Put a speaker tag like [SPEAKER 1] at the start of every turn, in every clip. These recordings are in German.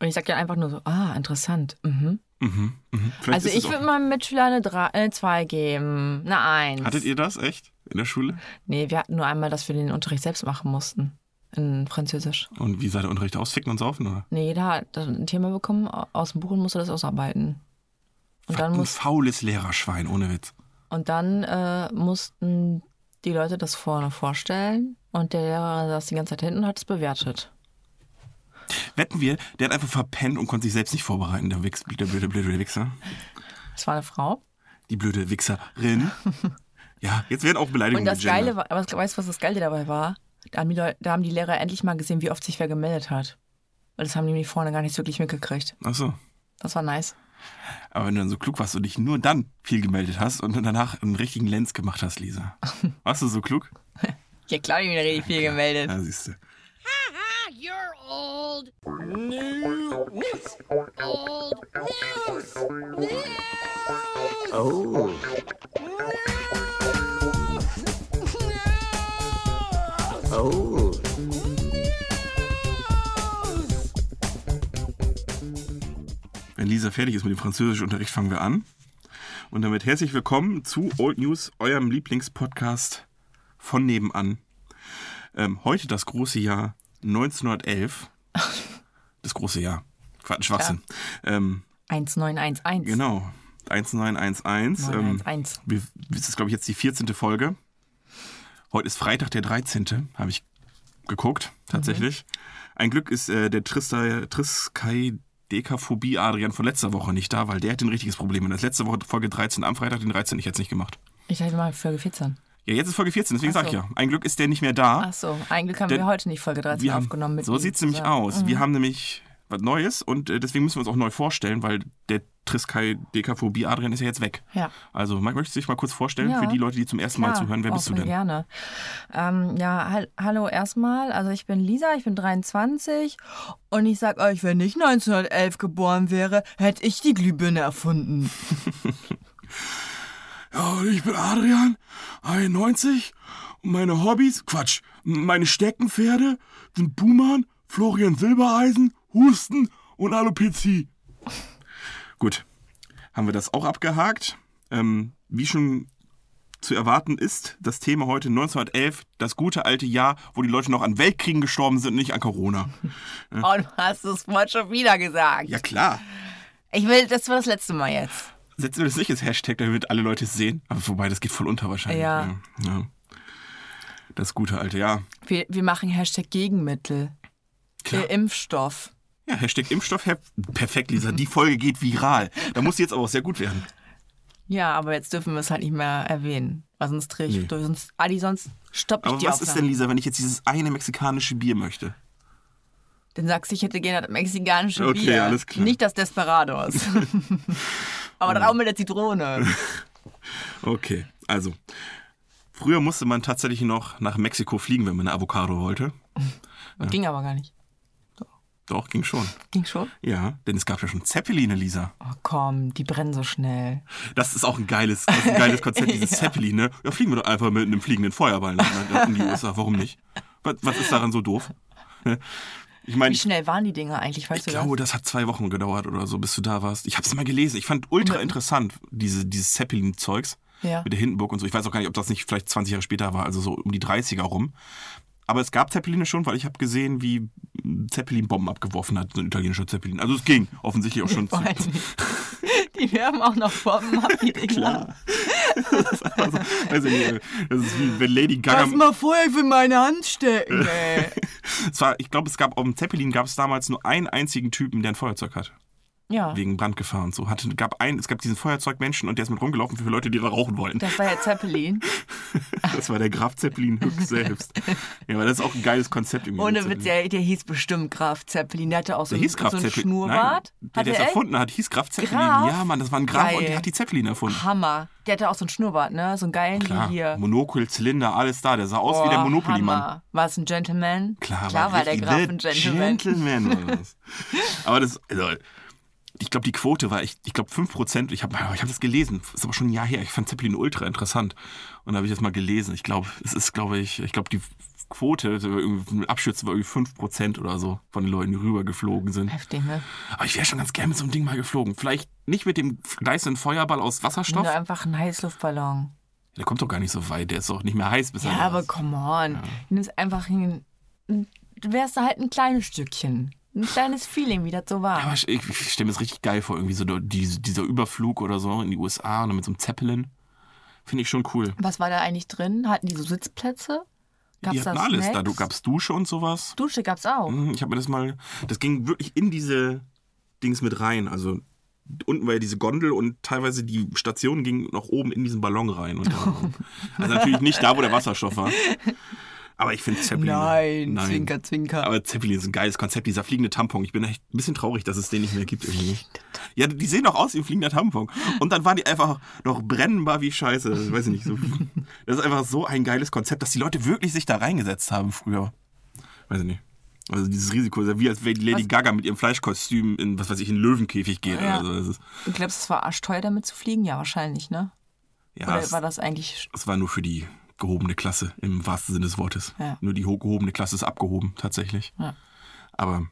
[SPEAKER 1] Und ich sage ja einfach nur so, ah, interessant. Mhm.
[SPEAKER 2] Mhm, mhm. Vielleicht
[SPEAKER 1] Also
[SPEAKER 2] ist es
[SPEAKER 1] ich
[SPEAKER 2] auch-
[SPEAKER 1] würde meinem Mitschüler eine 3, äh, 2 geben, eine 1.
[SPEAKER 2] Hattet ihr das echt in der Schule?
[SPEAKER 1] Nee, wir hatten nur einmal, dass wir den Unterricht selbst machen mussten. In Französisch.
[SPEAKER 2] Und wie sah der Unterricht aus? Ficken und saufen, oder?
[SPEAKER 1] Nee, jeder hat das- ein Thema bekommen au- aus dem Buch und musste das ausarbeiten. Und dann,
[SPEAKER 2] Ein
[SPEAKER 1] muss,
[SPEAKER 2] faules Lehrerschwein, ohne Witz.
[SPEAKER 1] und dann äh, mussten die Leute das vorne vorstellen und der Lehrer saß die ganze Zeit hinten und hat es bewertet.
[SPEAKER 2] Wetten wir, der hat einfach verpennt und konnte sich selbst nicht vorbereiten, der, Wichs, der blöde, blöde Wichser.
[SPEAKER 1] Es war eine Frau.
[SPEAKER 2] Die blöde Wichserin. Ja, jetzt werden auch Beleidigungen
[SPEAKER 1] Und das
[SPEAKER 2] gegendert.
[SPEAKER 1] Geile war, aber weißt du, was das Geile dabei war? Da haben, die Leute, da haben die Lehrer endlich mal gesehen, wie oft sich wer gemeldet hat. Weil das haben die nämlich vorne gar nicht wirklich mitgekriegt.
[SPEAKER 2] Ach so.
[SPEAKER 1] Das war nice.
[SPEAKER 2] Aber wenn du dann so klug warst und dich nur dann viel gemeldet hast und dann danach einen richtigen Lenz gemacht hast, Lisa. Warst du so klug?
[SPEAKER 1] Ja, klar, ich bin richtig viel gemeldet.
[SPEAKER 2] Ja, siehst du.
[SPEAKER 3] Ah, you're old. News. Oh. Old news. News.
[SPEAKER 4] Oh.
[SPEAKER 3] News.
[SPEAKER 4] Oh.
[SPEAKER 2] Wenn Lisa fertig ist mit dem Französischunterricht, fangen wir an. Und damit herzlich willkommen zu Old News, eurem Lieblingspodcast von nebenan. Ähm, heute das große Jahr 1911. Das große Jahr. Quatsch, Schwachsinn. Ähm,
[SPEAKER 1] 1911.
[SPEAKER 2] genau. 1911. Ähm,
[SPEAKER 1] 1911.
[SPEAKER 2] wir, das ist, glaube ich, jetzt die 14. Folge. Heute ist Freitag, der 13. Habe ich geguckt, tatsächlich.
[SPEAKER 1] Mhm.
[SPEAKER 2] Ein Glück ist äh, der Trista, Triskai Dekaphobie Adrian von letzter Woche nicht da, weil der hat ein richtiges Problem. Und das letzte Woche Folge 13 am Freitag, den 13 ich jetzt nicht gemacht.
[SPEAKER 1] Ich hatte mal Folge 14.
[SPEAKER 2] Ja, jetzt ist Folge 14, deswegen
[SPEAKER 1] Ach
[SPEAKER 2] sage ich
[SPEAKER 1] so.
[SPEAKER 2] ja. Ein Glück ist der nicht mehr da.
[SPEAKER 1] Ach so, ein Glück haben
[SPEAKER 2] Denn
[SPEAKER 1] wir heute nicht Folge 13
[SPEAKER 2] Wir haben-
[SPEAKER 1] aufgenommen. Mit
[SPEAKER 2] so
[SPEAKER 1] ihm Mhm.
[SPEAKER 2] sieht es nämlich
[SPEAKER 1] zusammen.
[SPEAKER 2] aus. Wir haben nämlich was Neues und äh, deswegen müssen wir uns auch neu vorstellen, weil der Triskai Dekaphobie Adrian ist ja jetzt weg.
[SPEAKER 1] Ja.
[SPEAKER 2] Also, Mike, möchtest du dich mal kurz vorstellen
[SPEAKER 1] Ja.
[SPEAKER 2] für die Leute, die zum ersten Mal
[SPEAKER 1] Klar,
[SPEAKER 2] zuhören? Wer
[SPEAKER 1] auch
[SPEAKER 2] bist du
[SPEAKER 1] voll
[SPEAKER 2] denn?
[SPEAKER 1] Gerne. Ähm, ja, hal hallo erstmal. Also ich bin Lisa, ich bin 23 und ich sag euch, wenn ich 1911 geboren wäre, hätte ich die Glühbirne erfunden.
[SPEAKER 2] Ja, Oh, ich bin Adrian, 91. Und meine Hobbys, Quatsch, meine Steckenpferde sind Buhmann, Florian Silbereisen, Husten und Alopecia. Gut, haben wir das auch abgehakt. Ähm, wie schon zu erwarten ist, das Thema heute 1911, das gute alte Jahr, wo die Leute noch an Weltkriegen gestorben sind und nicht an Corona.
[SPEAKER 1] Und du hast es vorhin schon wieder gesagt.
[SPEAKER 2] Ja klar,
[SPEAKER 1] Ich will, das war das letzte Mal jetzt.
[SPEAKER 2] setzen wir das nicht als Hashtag, damit alle Leute es sehen. Aber wobei, das geht voll unter wahrscheinlich. ne?
[SPEAKER 1] Ja.
[SPEAKER 2] Ja. Ja. Das gute alte Jahr.
[SPEAKER 1] Wir, wir machen Hashtag Gegenmittel.
[SPEAKER 2] Klar.
[SPEAKER 1] Äh, Impfstoff.
[SPEAKER 2] Ja, Hashtag Impfstoff. Herr- Perfekt, Lisa. Die Folge geht viral. Da muss sie jetzt aber auch sehr gut werden.
[SPEAKER 1] Ja, aber jetzt dürfen wir es halt nicht mehr erwähnen. Weil sonst drehe ich
[SPEAKER 2] Nee.
[SPEAKER 1] durch. Sonst, Adi, sonst stopp ich
[SPEAKER 2] Aber
[SPEAKER 1] die
[SPEAKER 2] was ist denn,
[SPEAKER 1] Aufnahme.
[SPEAKER 2] Lisa, wenn ich jetzt dieses eine mexikanische Bier möchte?
[SPEAKER 1] Dann sagst du, ich hätte gerne das mexikanische
[SPEAKER 2] Okay,
[SPEAKER 1] Bier.
[SPEAKER 2] alles klar.
[SPEAKER 1] Nicht das Desperados. aber dann auch mit der Zitrone.
[SPEAKER 2] Okay, also. Früher musste man tatsächlich noch nach Mexiko fliegen, wenn man eine Avocado wollte.
[SPEAKER 1] Ging aber gar nicht.
[SPEAKER 2] Doch, ging schon.
[SPEAKER 1] Ging schon?
[SPEAKER 2] Ja, denn es gab ja schon Zeppeline, Lisa.
[SPEAKER 1] Oh komm, die brennen so schnell.
[SPEAKER 2] Das ist auch ein geiles, das ist ein geiles Konzept, dieses Zeppelin, ne? Ja, fliegen wir doch einfach mit einem fliegenden Feuerball nach, nach in die USA. Warum nicht? Was, was ist daran so doof? Ich meine,
[SPEAKER 1] Wie schnell waren die Dinger eigentlich, weißt
[SPEAKER 2] Ich
[SPEAKER 1] du das?
[SPEAKER 2] glaube, das hat zwei Wochen gedauert oder so, bis du da warst. Ich habe es mal gelesen. Ich fand ultra interessant, diese, dieses Zeppelin-Zeugs
[SPEAKER 1] Ja.
[SPEAKER 2] mit der Hindenburg und so. Ich weiß auch gar nicht, ob das nicht vielleicht 20 Jahre später war, also so um die 30er rum. Aber es gab Zeppeline schon, weil ich habe gesehen, wie Zeppelin Bomben abgeworfen hat, so ein italienischer Zeppelin. Also es ging offensichtlich auch schon. zu-
[SPEAKER 1] Vor allen Dingen, Die werfen auch noch Bomben ab, die Dinger.
[SPEAKER 2] Klar. das, ist einfach so, Also, weiß ich nicht, äh, das ist wie wenn Lady Gaga.
[SPEAKER 1] Lass mal Feuer für meine Hand stecken, ey.
[SPEAKER 2] Es war, ich glaube, es gab auf dem Zeppelin gab es damals nur einen einzigen Typen, der ein Feuerzeug hat.
[SPEAKER 1] Ja,
[SPEAKER 2] wegen Brandgefahr und so. Hatte, gab ein, es gab diesen Feuerzeugmenschen und der ist mit rumgelaufen für Leute, die da rauchen wollen.
[SPEAKER 1] das war ja Zeppelin.
[SPEAKER 2] Das war der Graf Zeppelin Hück selbst. Ja, aber das ist auch ein geiles Konzept. irgendwie.
[SPEAKER 1] Ohne
[SPEAKER 2] Zeppelin.
[SPEAKER 1] Witz, der, der hieß bestimmt Graf Zeppelin. Der hatte auch so,
[SPEAKER 2] Der
[SPEAKER 1] einen-
[SPEAKER 2] hieß Graf
[SPEAKER 1] so einen
[SPEAKER 2] Zeppelin.
[SPEAKER 1] Schnurrbart.
[SPEAKER 2] Nein, der, der es
[SPEAKER 1] er echt?
[SPEAKER 2] erfunden hat, hieß Graf Zeppelin.
[SPEAKER 1] Graf?
[SPEAKER 2] Ja, Mann, das war ein Graf
[SPEAKER 1] Geil.
[SPEAKER 2] und der hat die Zeppelin erfunden.
[SPEAKER 1] Hammer. Der hatte auch so einen Schnurrbart, ne? So einen geilen
[SPEAKER 2] Klar,
[SPEAKER 1] wie hier.
[SPEAKER 2] Monokel, Zylinder, alles da. Der sah aus
[SPEAKER 1] Boah,
[SPEAKER 2] wie der Monopoly-Mann.
[SPEAKER 1] Hammer. War es ein Gentleman?
[SPEAKER 2] Klar,
[SPEAKER 1] Klar war der
[SPEAKER 2] richtig
[SPEAKER 1] Graf
[SPEAKER 2] the
[SPEAKER 1] ein Gentleman.
[SPEAKER 2] Gentleman war das. aber das, also, ich glaube, die Quote war, ich, ich glaube, 5%. Ich habe ich hab das gelesen, ist aber schon ein Jahr her. Ich fand Zeppelin ultra interessant. Und da habe ich das mal gelesen. Ich glaube, es ist, glaube ich, ich glaube, die Quote, also irgendwie Abschütze war irgendwie 5% oder so von den Leuten, die rübergeflogen sind.
[SPEAKER 1] Heftig, ne?
[SPEAKER 2] Aber ich wäre schon ganz gerne mit so einem Ding mal geflogen. Vielleicht nicht mit dem gleißenden Feuerball aus Wasserstoff.
[SPEAKER 1] Nur einfach ein Heißluftballon.
[SPEAKER 2] Der kommt doch gar nicht so weit, der ist doch nicht mehr heiß bis er
[SPEAKER 1] Ja,
[SPEAKER 2] da
[SPEAKER 1] aber
[SPEAKER 2] ist.
[SPEAKER 1] come on. Nimm's einfach hin. Du wärst da halt ein kleines Stückchen. Ein kleines Feeling, wie das so war.
[SPEAKER 2] Aber ich, ich stelle mir das richtig geil vor, irgendwie so der- die, dieser Überflug oder so in die USA und dann mit so einem Zeppelin. Finde ich schon cool.
[SPEAKER 1] Was war da eigentlich drin? Hatten die so Sitzplätze? Gab's
[SPEAKER 2] die hatten
[SPEAKER 1] da
[SPEAKER 2] alles.
[SPEAKER 1] Snacks?
[SPEAKER 2] Da du- gab's Dusche und sowas.
[SPEAKER 1] Dusche gab's auch.
[SPEAKER 2] Mhm, Ich habe mir das mal. Das ging wirklich in diese Dings mit rein. Also unten war ja diese Gondel und teilweise die Station ging noch oben in diesen Ballon rein. Und also natürlich nicht da, wo der Wasserstoff war. Aber ich finde Zeppelin.
[SPEAKER 1] zwinker.
[SPEAKER 2] Aber Zeppelin ist ein geiles Konzept, dieser fliegende Tampon. Ich bin echt ein bisschen traurig, dass es den nicht mehr gibt irgendwie. Ja, die sehen auch aus wie ein fliegender Tampon. Und dann waren die einfach noch brennbar wie Scheiße. Ich weiß nicht, so. Das ist einfach so ein geiles Konzept, dass die Leute wirklich sich da reingesetzt haben früher. Weiß ich nicht. Also dieses Risiko, ist ja wie als wäre die Lady Gaga mit ihrem Fleischkostüm in, was weiß ich, in einen Löwenkäfig geht.
[SPEAKER 1] Ja.
[SPEAKER 2] Also, das ist,
[SPEAKER 1] Du glaubst, es war arschteuer, damit zu fliegen? Ja, wahrscheinlich, ne?
[SPEAKER 2] ja,
[SPEAKER 1] Oder
[SPEAKER 2] es,
[SPEAKER 1] war das eigentlich.
[SPEAKER 2] es war nur für die gehobene Klasse, im wahrsten Sinne des Wortes.
[SPEAKER 1] Ja.
[SPEAKER 2] Nur die ho- gehobene Klasse ist abgehoben, tatsächlich.
[SPEAKER 1] Ja.
[SPEAKER 2] Aber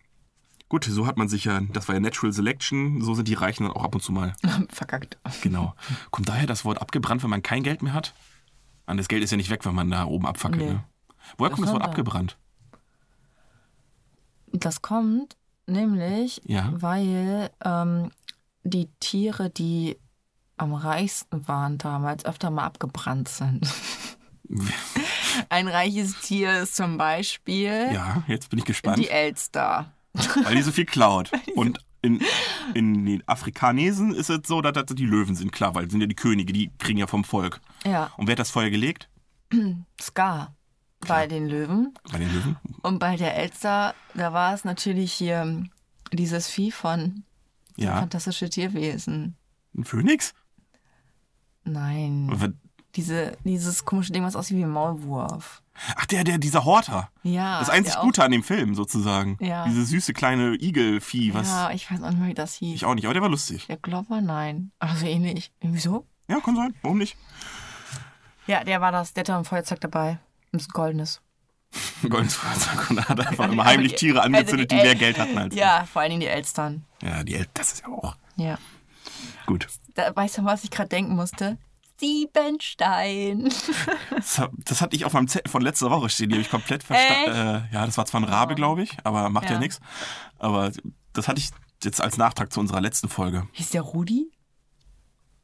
[SPEAKER 2] gut, so hat man sich ja, das war ja Natural Selection, so sind die Reichen dann auch ab und zu mal.
[SPEAKER 1] Verkackt.
[SPEAKER 2] Genau. Kommt daher das Wort abgebrannt, wenn man kein Geld mehr hat? An das Geld ist ja nicht weg, wenn man da oben abfackelt.
[SPEAKER 1] Nee.
[SPEAKER 2] Ne? Woher
[SPEAKER 1] Das
[SPEAKER 2] kommt das Wort
[SPEAKER 1] kommt da.
[SPEAKER 2] abgebrannt?
[SPEAKER 1] Das kommt nämlich,
[SPEAKER 2] Ja.
[SPEAKER 1] weil ähm, die Tiere, die am reichsten waren damals, öfter mal abgebrannt sind. Ein reiches Tier ist zum Beispiel
[SPEAKER 2] Ja, jetzt bin ich gespannt,
[SPEAKER 1] Äh? die Elster.
[SPEAKER 2] weil die so viel klaut. Und in, in den Afrikanesen ist es so, dass das die Löwen sind, klar, weil das sind ja die Könige, die kriegen ja vom Volk.
[SPEAKER 1] Ja,
[SPEAKER 2] Und wer hat das Feuer gelegt?
[SPEAKER 1] Scar bei den Löwen.
[SPEAKER 2] Bei den Löwen?
[SPEAKER 1] Und bei der Elster, da war es natürlich hier ähm, dieses Vieh von
[SPEAKER 2] Ja.
[SPEAKER 1] fantastische Tierwesen.
[SPEAKER 2] Ein Phönix?
[SPEAKER 1] Nein. Diese, dieses komische Ding, was aussieht wie ein Maulwurf.
[SPEAKER 2] Ach, der, der, dieser Horter.
[SPEAKER 1] Ja.
[SPEAKER 2] Das einzig
[SPEAKER 1] Ah, der auch-
[SPEAKER 2] Gute an dem Film sozusagen.
[SPEAKER 1] Ja.
[SPEAKER 2] Diese süße kleine Igelvieh, was
[SPEAKER 1] Ja, ich weiß auch nicht mehr, wie das hieß.
[SPEAKER 2] ich auch nicht, aber der war lustig.
[SPEAKER 1] Der Globber, nein. Also ähnlich. Wieso?
[SPEAKER 2] Ja, kann sein. Warum nicht?
[SPEAKER 1] Ja, der war das. Der hatte ein Feuerzeug dabei. Und ein goldenes.
[SPEAKER 2] Goldenes Feuerzeug und hat einfach immer heimlich Tiere
[SPEAKER 1] Also die
[SPEAKER 2] angezündet, die
[SPEAKER 1] El-
[SPEAKER 2] mehr Geld hatten als
[SPEAKER 1] Ja, vor allen Dingen die Elstern.
[SPEAKER 2] ich. Ja, die El das ist ja auch
[SPEAKER 1] Ja.
[SPEAKER 2] gut.
[SPEAKER 1] Da, weißt du, was ich gerade denken musste? Siebenstein.
[SPEAKER 2] Das, hab- das hatte ich auf meinem Zettel von letzter Woche stehen, die habe ich komplett verstanden. Äh, ja, das war zwar ein Rabe, glaube ich, aber macht ja,
[SPEAKER 1] Oh. Ja.
[SPEAKER 2] nichts. Aber das hatte ich jetzt als Nachtrag zu unserer letzten Folge.
[SPEAKER 1] Hieß der Rudi?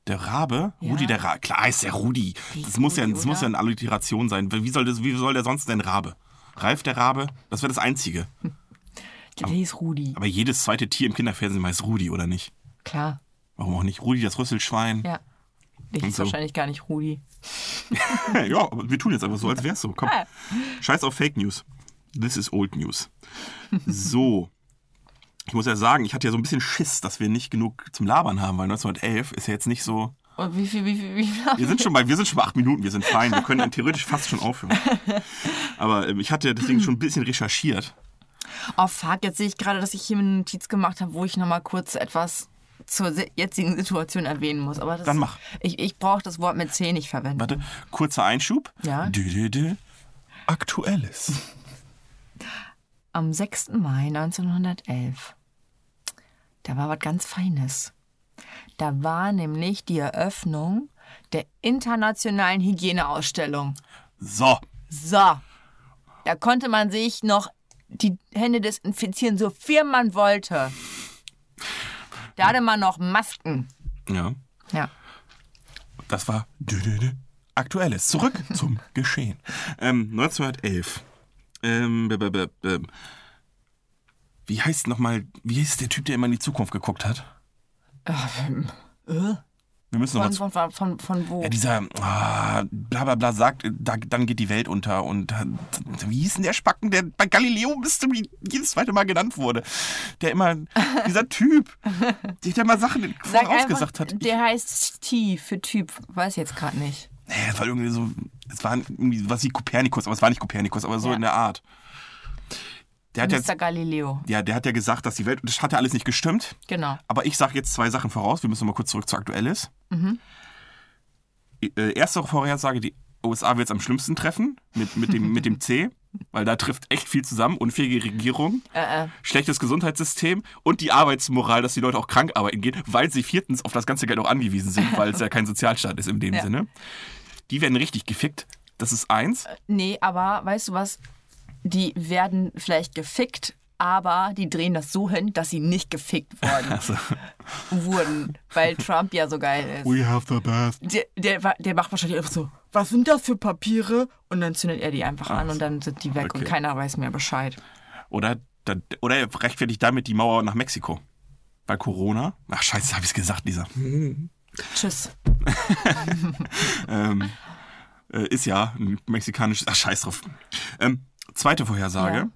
[SPEAKER 2] Der Rabe?
[SPEAKER 1] Ja.
[SPEAKER 2] Rudi, der Rabe. Klar ist der Rudi. Das
[SPEAKER 1] ist
[SPEAKER 2] muss, ja,
[SPEAKER 1] Rudi,
[SPEAKER 2] das muss ja
[SPEAKER 1] oder?
[SPEAKER 2] eine Alliteration sein. Wie soll, das, wie soll der sonst denn Rabe? Ralf der Rabe? Das wäre das Einzige.
[SPEAKER 1] Der, der hieß Rudi.
[SPEAKER 2] Aber jedes zweite Tier im Kinderfernsehen heißt Rudi, oder nicht?
[SPEAKER 1] Klar.
[SPEAKER 2] Warum auch nicht? Rudi, das Rüsselschwein.
[SPEAKER 1] Ja. Der
[SPEAKER 2] Und
[SPEAKER 1] hieß
[SPEAKER 2] so.
[SPEAKER 1] wahrscheinlich gar nicht Rudi.
[SPEAKER 2] Ja. aber wir tun jetzt einfach so, als wär's so. Komm.
[SPEAKER 1] Ah.
[SPEAKER 2] Scheiß auf Fake News. This is old news. So. Ich muss ja sagen, ich hatte ja so ein bisschen Schiss, dass wir nicht genug zum Labern haben, weil 1911 ist ja jetzt nicht so.
[SPEAKER 1] Und wie viel, wie viel, wie viel?
[SPEAKER 2] Wir sind schon bei, wir sind schon bei acht Minuten, wir sind fein. Wir können dann theoretisch fast schon aufhören. Aber ähm, ich hatte deswegen schon ein bisschen recherchiert.
[SPEAKER 1] Oh fuck, jetzt sehe ich gerade, dass ich hier eine Notiz gemacht habe, wo ich nochmal kurz etwas zur se- jetzigen Situation erwähnen muss. Aber das
[SPEAKER 2] Dann mach.
[SPEAKER 1] Ich, ich brauche das Wort mit C nicht verwenden.
[SPEAKER 2] Warte, kurzer Einschub.
[SPEAKER 1] Ja.
[SPEAKER 2] Dü, dü, dü. Aktuelles.
[SPEAKER 1] Am 6. Mai 1911, da war was ganz Feines. Da war nämlich die Eröffnung der internationalen Hygieneausstellung.
[SPEAKER 2] So,
[SPEAKER 1] So, da konnte man sich noch die Hände desinfizieren, so viel man wollte. Da hatte man noch Masken.
[SPEAKER 2] ja,
[SPEAKER 1] Ja.
[SPEAKER 2] das war dü, dü, dü. Aktuelles. Zurück zum Geschehen. Ähm, 1911. Ähm, b, b, b, b. Wie heißt nochmal, wie hieß der Typ, der immer in die Zukunft geguckt hat? Wir müssen nochmal
[SPEAKER 1] Von, von, von, von, von wo?
[SPEAKER 2] Ja, dieser ah, bla bla bla sagt, da, dann geht die Welt unter. Und äh, wie hieß denn der Spacken, der bei Galileo bis zum jedes zweite Mal genannt wurde? Der immer, dieser Typ, der, der mal Sachen
[SPEAKER 1] Sag
[SPEAKER 2] vorausgesagt
[SPEAKER 1] einfach,
[SPEAKER 2] hat.
[SPEAKER 1] Der heißt T für Typ. Weiß jetzt gerade nicht.
[SPEAKER 2] Nee, es war irgendwie so, es war irgendwie was wie Kopernikus, aber es war nicht Kopernikus, aber so
[SPEAKER 1] Ja.
[SPEAKER 2] in der Art. Der hat ja,
[SPEAKER 1] Mr. Galileo.
[SPEAKER 2] ja, der hat ja gesagt, dass die Welt, das hat ja alles nicht gestimmt.
[SPEAKER 1] Genau.
[SPEAKER 2] Aber ich sage jetzt zwei Sachen voraus. Wir müssen mal kurz zurück zu Aktuelles.
[SPEAKER 1] Mhm.
[SPEAKER 2] Äh, Erste Vorhersage, die USA wird es am schlimmsten treffen mit, mit, dem, mit dem C. weil da trifft echt viel zusammen. Unfähige Regierung,
[SPEAKER 1] Äh, äh.
[SPEAKER 2] schlechtes Gesundheitssystem und die Arbeitsmoral, dass die Leute auch krank arbeiten gehen, weil sie viertens auf das ganze Geld auch angewiesen sind, weil es ja kein Sozialstaat ist in dem
[SPEAKER 1] Ja.
[SPEAKER 2] Sinne. Die werden richtig gefickt. Das ist eins.
[SPEAKER 1] Nee, aber weißt du was? Die werden vielleicht gefickt, aber die drehen das so hin, dass sie nicht gefickt worden,
[SPEAKER 2] Also,
[SPEAKER 1] wurden, weil Trump ja so geil ist.
[SPEAKER 5] We have the best.
[SPEAKER 1] Der, der, wa- der macht wahrscheinlich einfach so, was sind das für Papiere? Und dann zündet er die einfach an und dann sind die weg und
[SPEAKER 2] Okay.
[SPEAKER 1] keiner weiß mehr Bescheid.
[SPEAKER 2] oder, da- oder er rechtfertigt damit die Mauer nach Mexiko. Bei Corona. Ach, scheiße, habe ich es gesagt, Lisa.
[SPEAKER 1] Tschüss.
[SPEAKER 2] ähm, äh, ist ja ein mexikanisches. Ach, scheiß drauf. Ähm, zweite Vorhersage.
[SPEAKER 1] Ja.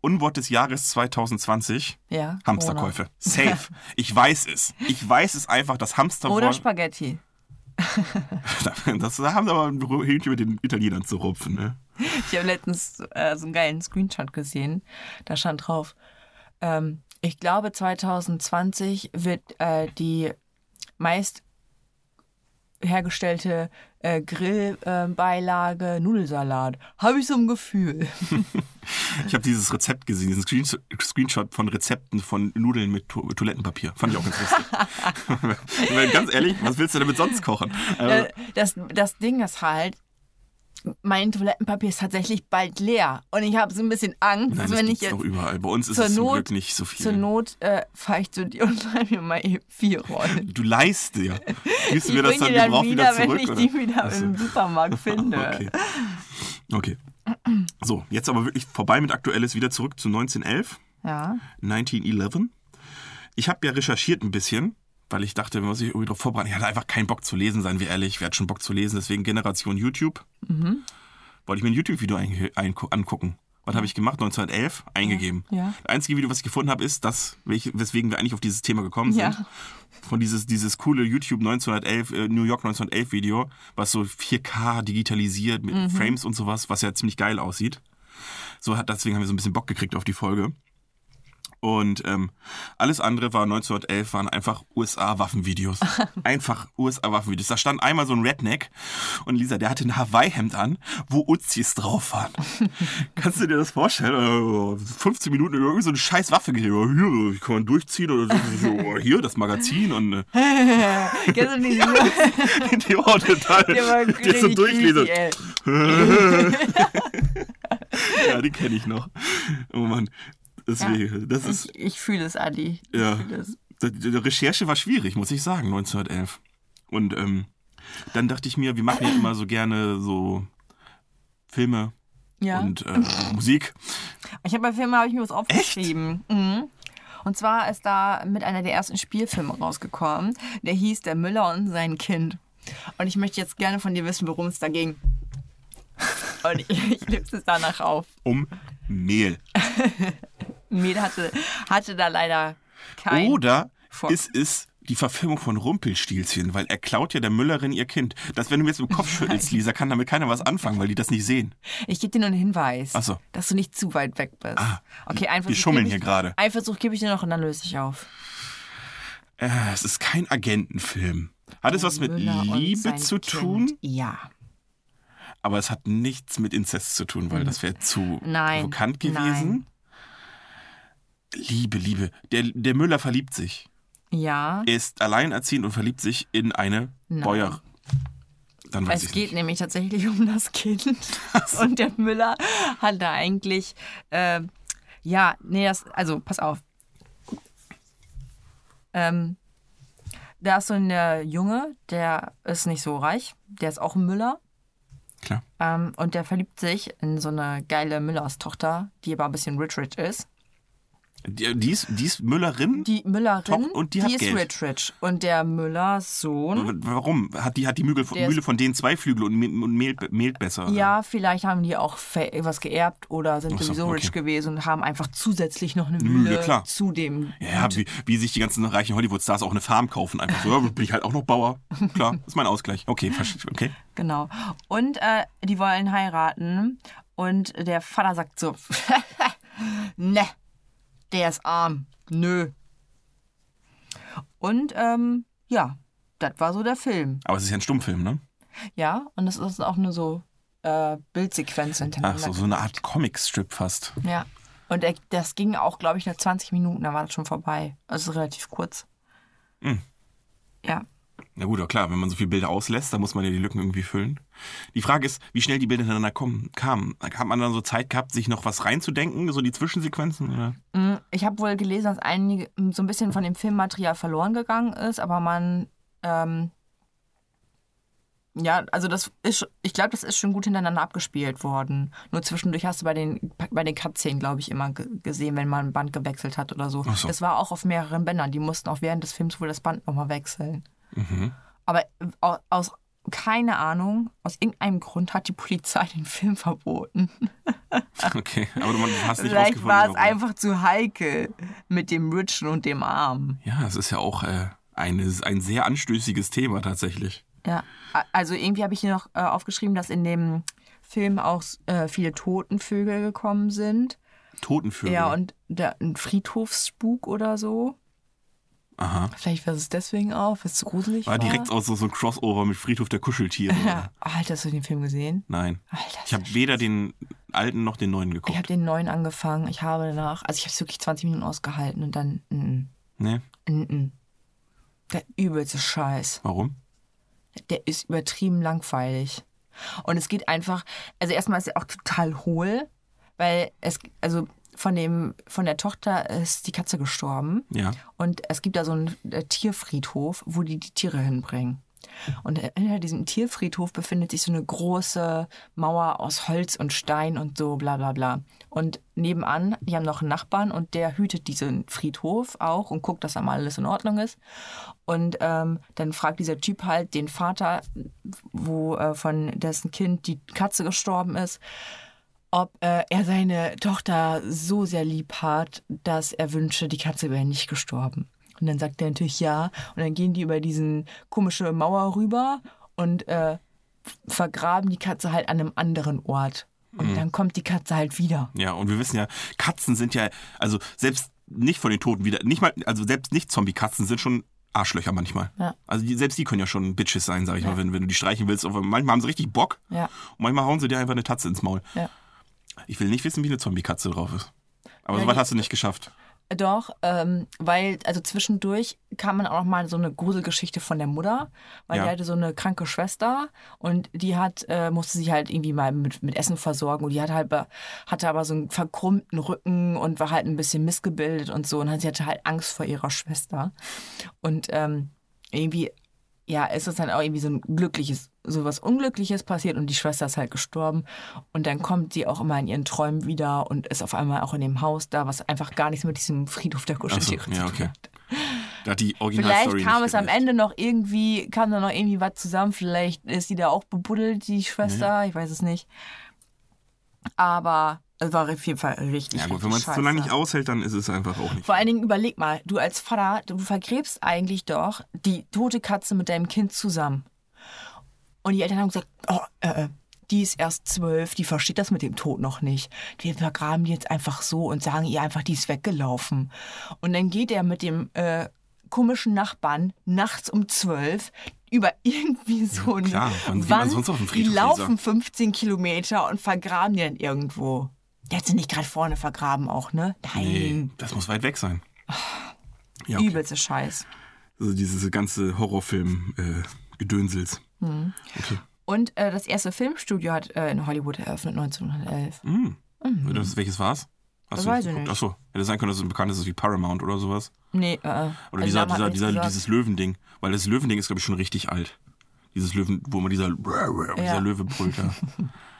[SPEAKER 2] Unwort des Jahres 2020.
[SPEAKER 1] Ja.
[SPEAKER 2] Hamsterkäufe. Safe. Ich weiß es. Ich weiß es einfach, dass
[SPEAKER 1] Corona. Oder
[SPEAKER 2] Hamsterwort.
[SPEAKER 1] Spaghetti.
[SPEAKER 2] Das haben sie aber ein Hähnchen mit den Italienern zu rupfen, ne?
[SPEAKER 1] Ich habe letztens äh, so einen geilen Screenshot gesehen. Da stand drauf, ähm, ich glaube 2020 wird äh, die meist hergestellte äh, Grillbeilage äh, Nudelsalat. Habe ich so ein Gefühl.
[SPEAKER 2] Ich habe dieses Rezept gesehen, diesen Screens- Screenshot von Rezepten von Nudeln mit to Toilettenpapier. Fand ich auch ganz lustig. Weil ganz ehrlich, was willst du damit sonst kochen? Äh,
[SPEAKER 1] Äh, das, das Ding ist halt, mein Toilettenpapier ist tatsächlich bald leer. Und ich habe so ein bisschen Angst,
[SPEAKER 2] Nein,
[SPEAKER 1] dass
[SPEAKER 2] das
[SPEAKER 1] wenn ich
[SPEAKER 2] gibt's doch
[SPEAKER 1] jetzt
[SPEAKER 2] überall. Bei uns ist
[SPEAKER 1] zur
[SPEAKER 2] es zum
[SPEAKER 1] Not-
[SPEAKER 2] Glück nicht so viel.
[SPEAKER 1] zur Not äh, fahre ich zu dir und leih mir mal eben vier Rollen.
[SPEAKER 2] Du leist dir. Gibst du mir das
[SPEAKER 1] bring
[SPEAKER 2] dann
[SPEAKER 1] die
[SPEAKER 2] gebraucht wieder,
[SPEAKER 1] wenn
[SPEAKER 2] zurück?
[SPEAKER 1] ich
[SPEAKER 2] oder?
[SPEAKER 1] die wieder
[SPEAKER 2] Achso.
[SPEAKER 1] im Supermarkt finde.
[SPEAKER 2] Okay. okay. So, jetzt aber wirklich vorbei mit Aktuelles, wieder zurück zu 1911,
[SPEAKER 1] Ja.
[SPEAKER 2] 1911. Ich habe ja recherchiert ein bisschen, weil ich dachte, man muss sich irgendwie darauf vorbereiten. Ich hatte einfach keinen Bock zu lesen, seien wir ehrlich. Wer hat schon Bock zu lesen? Deswegen Generation YouTube.
[SPEAKER 1] Mhm.
[SPEAKER 2] Wollte ich mir ein YouTube-Video ein, ein, angucken. Was habe ich gemacht? 1911 eingegeben.
[SPEAKER 1] ja.
[SPEAKER 2] Das einzige Video, was ich gefunden habe, ist das, welch- weswegen wir eigentlich auf dieses Thema gekommen sind.
[SPEAKER 1] Ja.
[SPEAKER 2] Von dieses, dieses coole YouTube 1911, äh, New York 1911 Video, was so 4K digitalisiert
[SPEAKER 1] Mhm.
[SPEAKER 2] mit Frames und sowas, was ja ziemlich geil aussieht. So hat, deswegen haben wir so ein bisschen Bock gekriegt auf die Folge. Und ähm, alles andere war 1911 waren einfach USA-Waffenvideos. Einfach USA-Waffenvideos. Da stand einmal so ein Redneck und Lisa, der hatte ein Hawaii-Hemd an, wo Uzis drauf waren. Kannst du dir das vorstellen? Äh, 15 Minuten über irgendeine scheiß Waffe gehen. Ja, Hier, kann man durchziehen oder so. Ja, hier das Magazin und äh,
[SPEAKER 1] Kennst du nicht so?
[SPEAKER 2] die war total
[SPEAKER 1] Der war
[SPEAKER 2] die ist so
[SPEAKER 1] richtig
[SPEAKER 2] durchlesen.
[SPEAKER 1] creepy, ey.
[SPEAKER 2] Ja, die kenne ich noch. Oh Mann. Deswegen, das ist
[SPEAKER 1] Ich, ich fühle es, Adi. Ich
[SPEAKER 2] Ja.
[SPEAKER 1] fühle es.
[SPEAKER 2] Die- Die Recherche war schwierig, muss ich sagen, 1911. Und ähm, dann dachte ich mir, wir machen ja immer so gerne so Filme
[SPEAKER 1] Ja.
[SPEAKER 2] und äh, Musik.
[SPEAKER 1] Ich habe bei Filmen habe ich mir was aufgeschrieben. Mhm. Und zwar ist da mit einer der ersten Spielfilme rausgekommen. Der hieß Der Müller und sein Kind. Und ich möchte jetzt gerne von dir wissen, worum es da ging. Und ich, ich löse es danach auf.
[SPEAKER 2] Um Mehl.
[SPEAKER 1] Mir hatte, hatte da leider kein.
[SPEAKER 2] Oder
[SPEAKER 1] Fuck.
[SPEAKER 2] es ist die Verfilmung von Rumpelstilzchen, weil er klaut ja der Müllerin ihr Kind. Das, wenn du mir jetzt im Kopf schüttelst, Lisa, kann damit keiner was anfangen, weil die das nicht sehen.
[SPEAKER 1] Ich gebe dir nur einen Hinweis,
[SPEAKER 2] Ach so. Ah,
[SPEAKER 1] dass du nicht zu weit weg bist. okay, ein
[SPEAKER 2] wir
[SPEAKER 1] Versuch
[SPEAKER 2] schummeln
[SPEAKER 1] gebe ich-
[SPEAKER 2] hier gerade.
[SPEAKER 1] Ein Versuch gebe ich dir noch und dann löse ich auf.
[SPEAKER 2] Äh, es ist kein Agentenfilm. Hat es was mit
[SPEAKER 1] Müller und
[SPEAKER 2] Liebe
[SPEAKER 1] sein
[SPEAKER 2] zu
[SPEAKER 1] Kind.
[SPEAKER 2] tun,
[SPEAKER 1] Ja.
[SPEAKER 2] aber es hat nichts mit Inzest zu tun, weil das wäre zu
[SPEAKER 1] Nein,
[SPEAKER 2] provokant gewesen.
[SPEAKER 1] nein.
[SPEAKER 2] Liebe, Liebe. Der, der Müller verliebt sich.
[SPEAKER 1] Ja.
[SPEAKER 2] Er ist alleinerziehend und verliebt sich in eine
[SPEAKER 1] Nein.
[SPEAKER 2] Bäuerin. Dann weiß
[SPEAKER 1] Es
[SPEAKER 2] ich
[SPEAKER 1] geht nämlich tatsächlich um das Kind. Und der Müller hat da eigentlich. Äh, ja, nee, das. Also, pass auf. Ähm, da ist so ein äh, Junge, der ist nicht so reich. Der ist auch ein Müller.
[SPEAKER 2] nicht. Klar.
[SPEAKER 1] Ähm, und der verliebt sich in so eine geile Müllers-Tochter, die aber ein bisschen rich-rich ist.
[SPEAKER 2] Die, die, ist, die ist Müllerin?
[SPEAKER 1] Die Müllerin,
[SPEAKER 2] Toch- und die hat
[SPEAKER 1] ist
[SPEAKER 2] Geld.
[SPEAKER 1] rich-rich. Und der Müllers Sohn,
[SPEAKER 2] W- Warum? Hat die, hat die Mühle,
[SPEAKER 1] Der ist-
[SPEAKER 2] Mühle von denen zwei Flügel und, me- und mehlt, mehlt besser?
[SPEAKER 1] ja, vielleicht haben die auch fe- was geerbt oder sind
[SPEAKER 2] Ach so,
[SPEAKER 1] sowieso rich
[SPEAKER 2] okay.
[SPEAKER 1] gewesen und haben einfach zusätzlich noch eine
[SPEAKER 2] Mühle,
[SPEAKER 1] Mühle,
[SPEAKER 2] klar.
[SPEAKER 1] zu dem.
[SPEAKER 2] Ja, wie, wie sich die ganzen reichen Hollywood-Stars auch eine Farm kaufen. Einfach so, ja, bin ich halt auch noch Bauer. Klar, ist mein Ausgleich. Okay, verstehe. Okay.
[SPEAKER 1] Genau. Und äh, die wollen heiraten. Und der Vater sagt so: Ne, der ist arm. Nö. Und ähm, ja, das war so der Film.
[SPEAKER 2] Aber es ist ja ein Stummfilm, ne?
[SPEAKER 1] Ja, und das ist auch nur so äh, Bildsequenzen
[SPEAKER 2] Ach
[SPEAKER 1] hintereinander.
[SPEAKER 2] so, so eine Art Comicstrip fast.
[SPEAKER 1] Ja. Und er, das ging auch, glaube ich, nur 20 Minuten, da war das schon vorbei. Also relativ kurz.
[SPEAKER 2] Hm.
[SPEAKER 1] Ja.
[SPEAKER 2] Na gut, ja klar, wenn man so viele Bilder auslässt, dann muss man ja die Lücken irgendwie füllen. Die Frage ist, wie schnell die Bilder hintereinander kommen, kamen. Hat man dann so Zeit gehabt, sich noch was reinzudenken, so die Zwischensequenzen? Oder?
[SPEAKER 1] Mm, Ich habe wohl gelesen, dass einige mm, so ein bisschen von dem Filmmaterial verloren gegangen ist, aber man, ähm, ja, also das ist, ich glaube, das ist schon gut hintereinander abgespielt worden. Nur zwischendurch hast du bei den, bei den Cutscenen, glaube ich, immer ge gesehen, wenn man ein Band gewechselt hat oder so.
[SPEAKER 2] Ach so.
[SPEAKER 1] Das war auch auf mehreren Bändern. Die mussten auch während des Films wohl das Band nochmal wechseln.
[SPEAKER 2] Mhm.
[SPEAKER 1] Aber äh, au- aus, keine Ahnung, aus irgendeinem Grund hat die Polizei den Film verboten.
[SPEAKER 2] Okay, aber man hast nicht
[SPEAKER 1] Vielleicht
[SPEAKER 2] rausgefunden,
[SPEAKER 1] war es
[SPEAKER 2] warum.
[SPEAKER 1] einfach zu heikel mit dem Ritschen und dem Arm.
[SPEAKER 2] Ja, es ist ja auch äh, eine, ein sehr anstößiges Thema tatsächlich.
[SPEAKER 1] Ja, a- also irgendwie habe ich hier noch äh, aufgeschrieben, dass in dem Film auch äh, viele Totenvögel gekommen sind.
[SPEAKER 2] Totenvögel.
[SPEAKER 1] Ja, und der, ein Friedhofsspuk oder so.
[SPEAKER 2] Aha.
[SPEAKER 1] Vielleicht war es deswegen auch, weil es so gruselig war.
[SPEAKER 2] War direkt auch so, so ein Crossover mit Friedhof der Kuscheltiere.
[SPEAKER 1] Ja. Alter, hast du den Film gesehen?
[SPEAKER 2] Nein.
[SPEAKER 1] Alter, ist
[SPEAKER 2] Ich habe
[SPEAKER 1] der
[SPEAKER 2] weder den alten noch den neuen
[SPEAKER 1] Ich
[SPEAKER 2] geguckt.
[SPEAKER 1] habe den neuen angefangen. Ich habe danach, also ich habe es wirklich 20 Minuten ausgehalten und dann, mm,
[SPEAKER 2] Nee,
[SPEAKER 1] mm, mm. Der übelste Scheiß.
[SPEAKER 2] warum?
[SPEAKER 1] der ist übertrieben langweilig. Und es geht einfach, also erstmal ist er auch total hohl, weil es, also von dem, von der Tochter ist die Katze gestorben.
[SPEAKER 2] Ja.
[SPEAKER 1] Und es gibt da so einen äh, Tierfriedhof, wo die die Tiere hinbringen. Und hinter diesem Tierfriedhof befindet sich so eine große Mauer aus Holz und Stein und so, bla bla bla. Und nebenan, die haben noch einen Nachbarn und der hütet diesen Friedhof auch und guckt, dass da mal alles in Ordnung ist. Und ähm, dann fragt dieser Typ halt den Vater, wo äh, von dessen Kind die Katze gestorben ist, ob äh, er seine Tochter so sehr lieb hat, dass er wünsche, die Katze wäre nicht gestorben. Und dann sagt er natürlich ja. Und dann gehen die über diesen komische Mauer rüber und äh, vergraben die Katze halt an einem anderen Ort. Und dann kommt die Katze halt wieder.
[SPEAKER 2] Ja, und wir wissen ja, Katzen sind ja, also selbst nicht von den Toten wieder, nicht mal, also selbst nicht Zombie-Katzen sind schon Arschlöcher manchmal.
[SPEAKER 1] Ja.
[SPEAKER 2] Also die, selbst die können ja schon Bitches sein, sag ich mal, wenn, wenn du die streichen willst. Aber manchmal haben sie richtig Bock
[SPEAKER 1] Ja.
[SPEAKER 2] und manchmal hauen sie dir einfach eine Tatze ins Maul.
[SPEAKER 1] Ja.
[SPEAKER 2] Ich will nicht wissen, wie eine Zombie-Katze drauf ist. Aber
[SPEAKER 1] Ja,
[SPEAKER 2] sowas
[SPEAKER 1] die-
[SPEAKER 2] hast du nicht geschafft.
[SPEAKER 1] Doch, ähm, weil, also zwischendurch kam man auch noch mal so eine Gruselgeschichte von der Mutter, weil
[SPEAKER 2] Ja.
[SPEAKER 1] die hatte so eine kranke Schwester und die hat, äh, musste sich halt irgendwie mal mit, mit Essen versorgen und die hatte halt, be- hatte aber so einen verkrümmten Rücken und war halt ein bisschen missgebildet und so und hat- sie hatte halt Angst vor ihrer Schwester. Und ähm, irgendwie, ja, ist es dann auch irgendwie so ein glückliches, so was Unglückliches passiert und die Schwester ist halt gestorben. Und dann kommt sie auch immer in ihren Träumen wieder und ist auf einmal auch in dem Haus da, was einfach gar nichts mit diesem Friedhof der
[SPEAKER 2] Ach so,
[SPEAKER 1] Kuscheltiere
[SPEAKER 2] ja,
[SPEAKER 1] zu tun
[SPEAKER 2] okay.
[SPEAKER 1] hat.
[SPEAKER 2] Da hat die Originalstory
[SPEAKER 1] Vielleicht kam
[SPEAKER 2] nicht
[SPEAKER 1] es am
[SPEAKER 2] gereicht.
[SPEAKER 1] Ende noch irgendwie, kam da noch irgendwie was zusammen. Vielleicht ist die da auch bebuddelt, die Schwester. Ich weiß es nicht. Aber es war auf jeden Fall richtig.
[SPEAKER 2] Ja gut,
[SPEAKER 1] richtig
[SPEAKER 2] wenn man es zu lange
[SPEAKER 1] scheiße.
[SPEAKER 2] nicht aushält, dann ist es einfach auch nicht.
[SPEAKER 1] Vor allen Dingen überleg mal, du als Vater, du vergräbst eigentlich doch die tote Katze mit deinem Kind zusammen. Und die Eltern haben gesagt, oh, äh, äh, die ist erst zwölf, die versteht das mit dem Tod noch nicht. Wir vergraben die jetzt einfach so und sagen ihr einfach, die ist weggelaufen. Und dann geht er mit dem äh, komischen Nachbarn nachts um zwölf über irgendwie so eine
[SPEAKER 2] klar, wann sieht man
[SPEAKER 1] Wand.
[SPEAKER 2] sonst auf dem
[SPEAKER 1] die
[SPEAKER 2] Friedhof
[SPEAKER 1] laufen 15 Kilometer und vergraben die dann irgendwo. Der hat sie nicht gerade vorne vergraben auch, ne? Nein.
[SPEAKER 2] Nee, das muss weit weg sein. Ja, okay.
[SPEAKER 1] Übelste Scheiß.
[SPEAKER 2] Also dieses ganze äh, Horrorfilm-Gedönsels.
[SPEAKER 1] Und äh, das erste Filmstudio hat äh, in Hollywood eröffnet 1911.
[SPEAKER 2] Hm? Das, welches war's? Hast
[SPEAKER 1] Hm. Das
[SPEAKER 2] du
[SPEAKER 1] weiß ich
[SPEAKER 2] geguckt?
[SPEAKER 1] nicht.
[SPEAKER 2] Achso, hätte sein können, dass es bekannt ist wie Paramount oder sowas.
[SPEAKER 1] Nee, äh.
[SPEAKER 2] Oder
[SPEAKER 1] also
[SPEAKER 2] dieser,
[SPEAKER 1] damals
[SPEAKER 2] dieser,
[SPEAKER 1] hat man
[SPEAKER 2] dieser,
[SPEAKER 1] nichts
[SPEAKER 2] dieses Löwending. Weil das Löwending ist, glaube ich, schon richtig alt. Dieses Löwen, wo man dieser, dieser Löwe brüllt.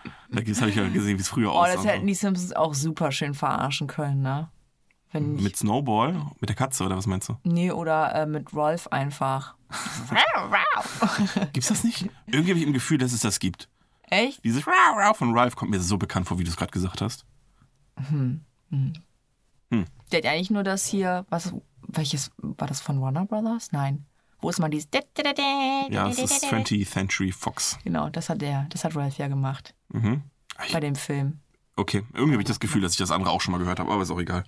[SPEAKER 2] Ja. Da habe ich ja gesehen, wie es früher
[SPEAKER 1] gesagt.
[SPEAKER 2] aussah.
[SPEAKER 1] Oh, das hätten die Simpsons auch super schön verarschen können, ne? Wenn nicht.
[SPEAKER 2] Mit Snowball? Mit der Katze oder was meinst du?
[SPEAKER 1] Nee, oder äh, mit Rolf einfach.
[SPEAKER 2] Gibt's das nicht? Irgendwie habe ich im Gefühl, dass es das gibt.
[SPEAKER 1] Echt?
[SPEAKER 2] Dieses Rau, Rau von Ralph kommt mir so bekannt vor, wie du es gerade gesagt hast.
[SPEAKER 1] Der hat eigentlich nur das hier, was, welches, war das von Warner Brothers? Nein. Wo ist mal dieses.
[SPEAKER 2] Ja, es ist 20th Century Fox.
[SPEAKER 1] Genau, das hat er, das hat Ralph ja gemacht.
[SPEAKER 2] Mhm. Ah, ich-
[SPEAKER 1] Bei dem Film.
[SPEAKER 2] Okay, irgendwie habe ich das Gefühl, dass ich das andere auch schon mal gehört habe, aber ist auch egal.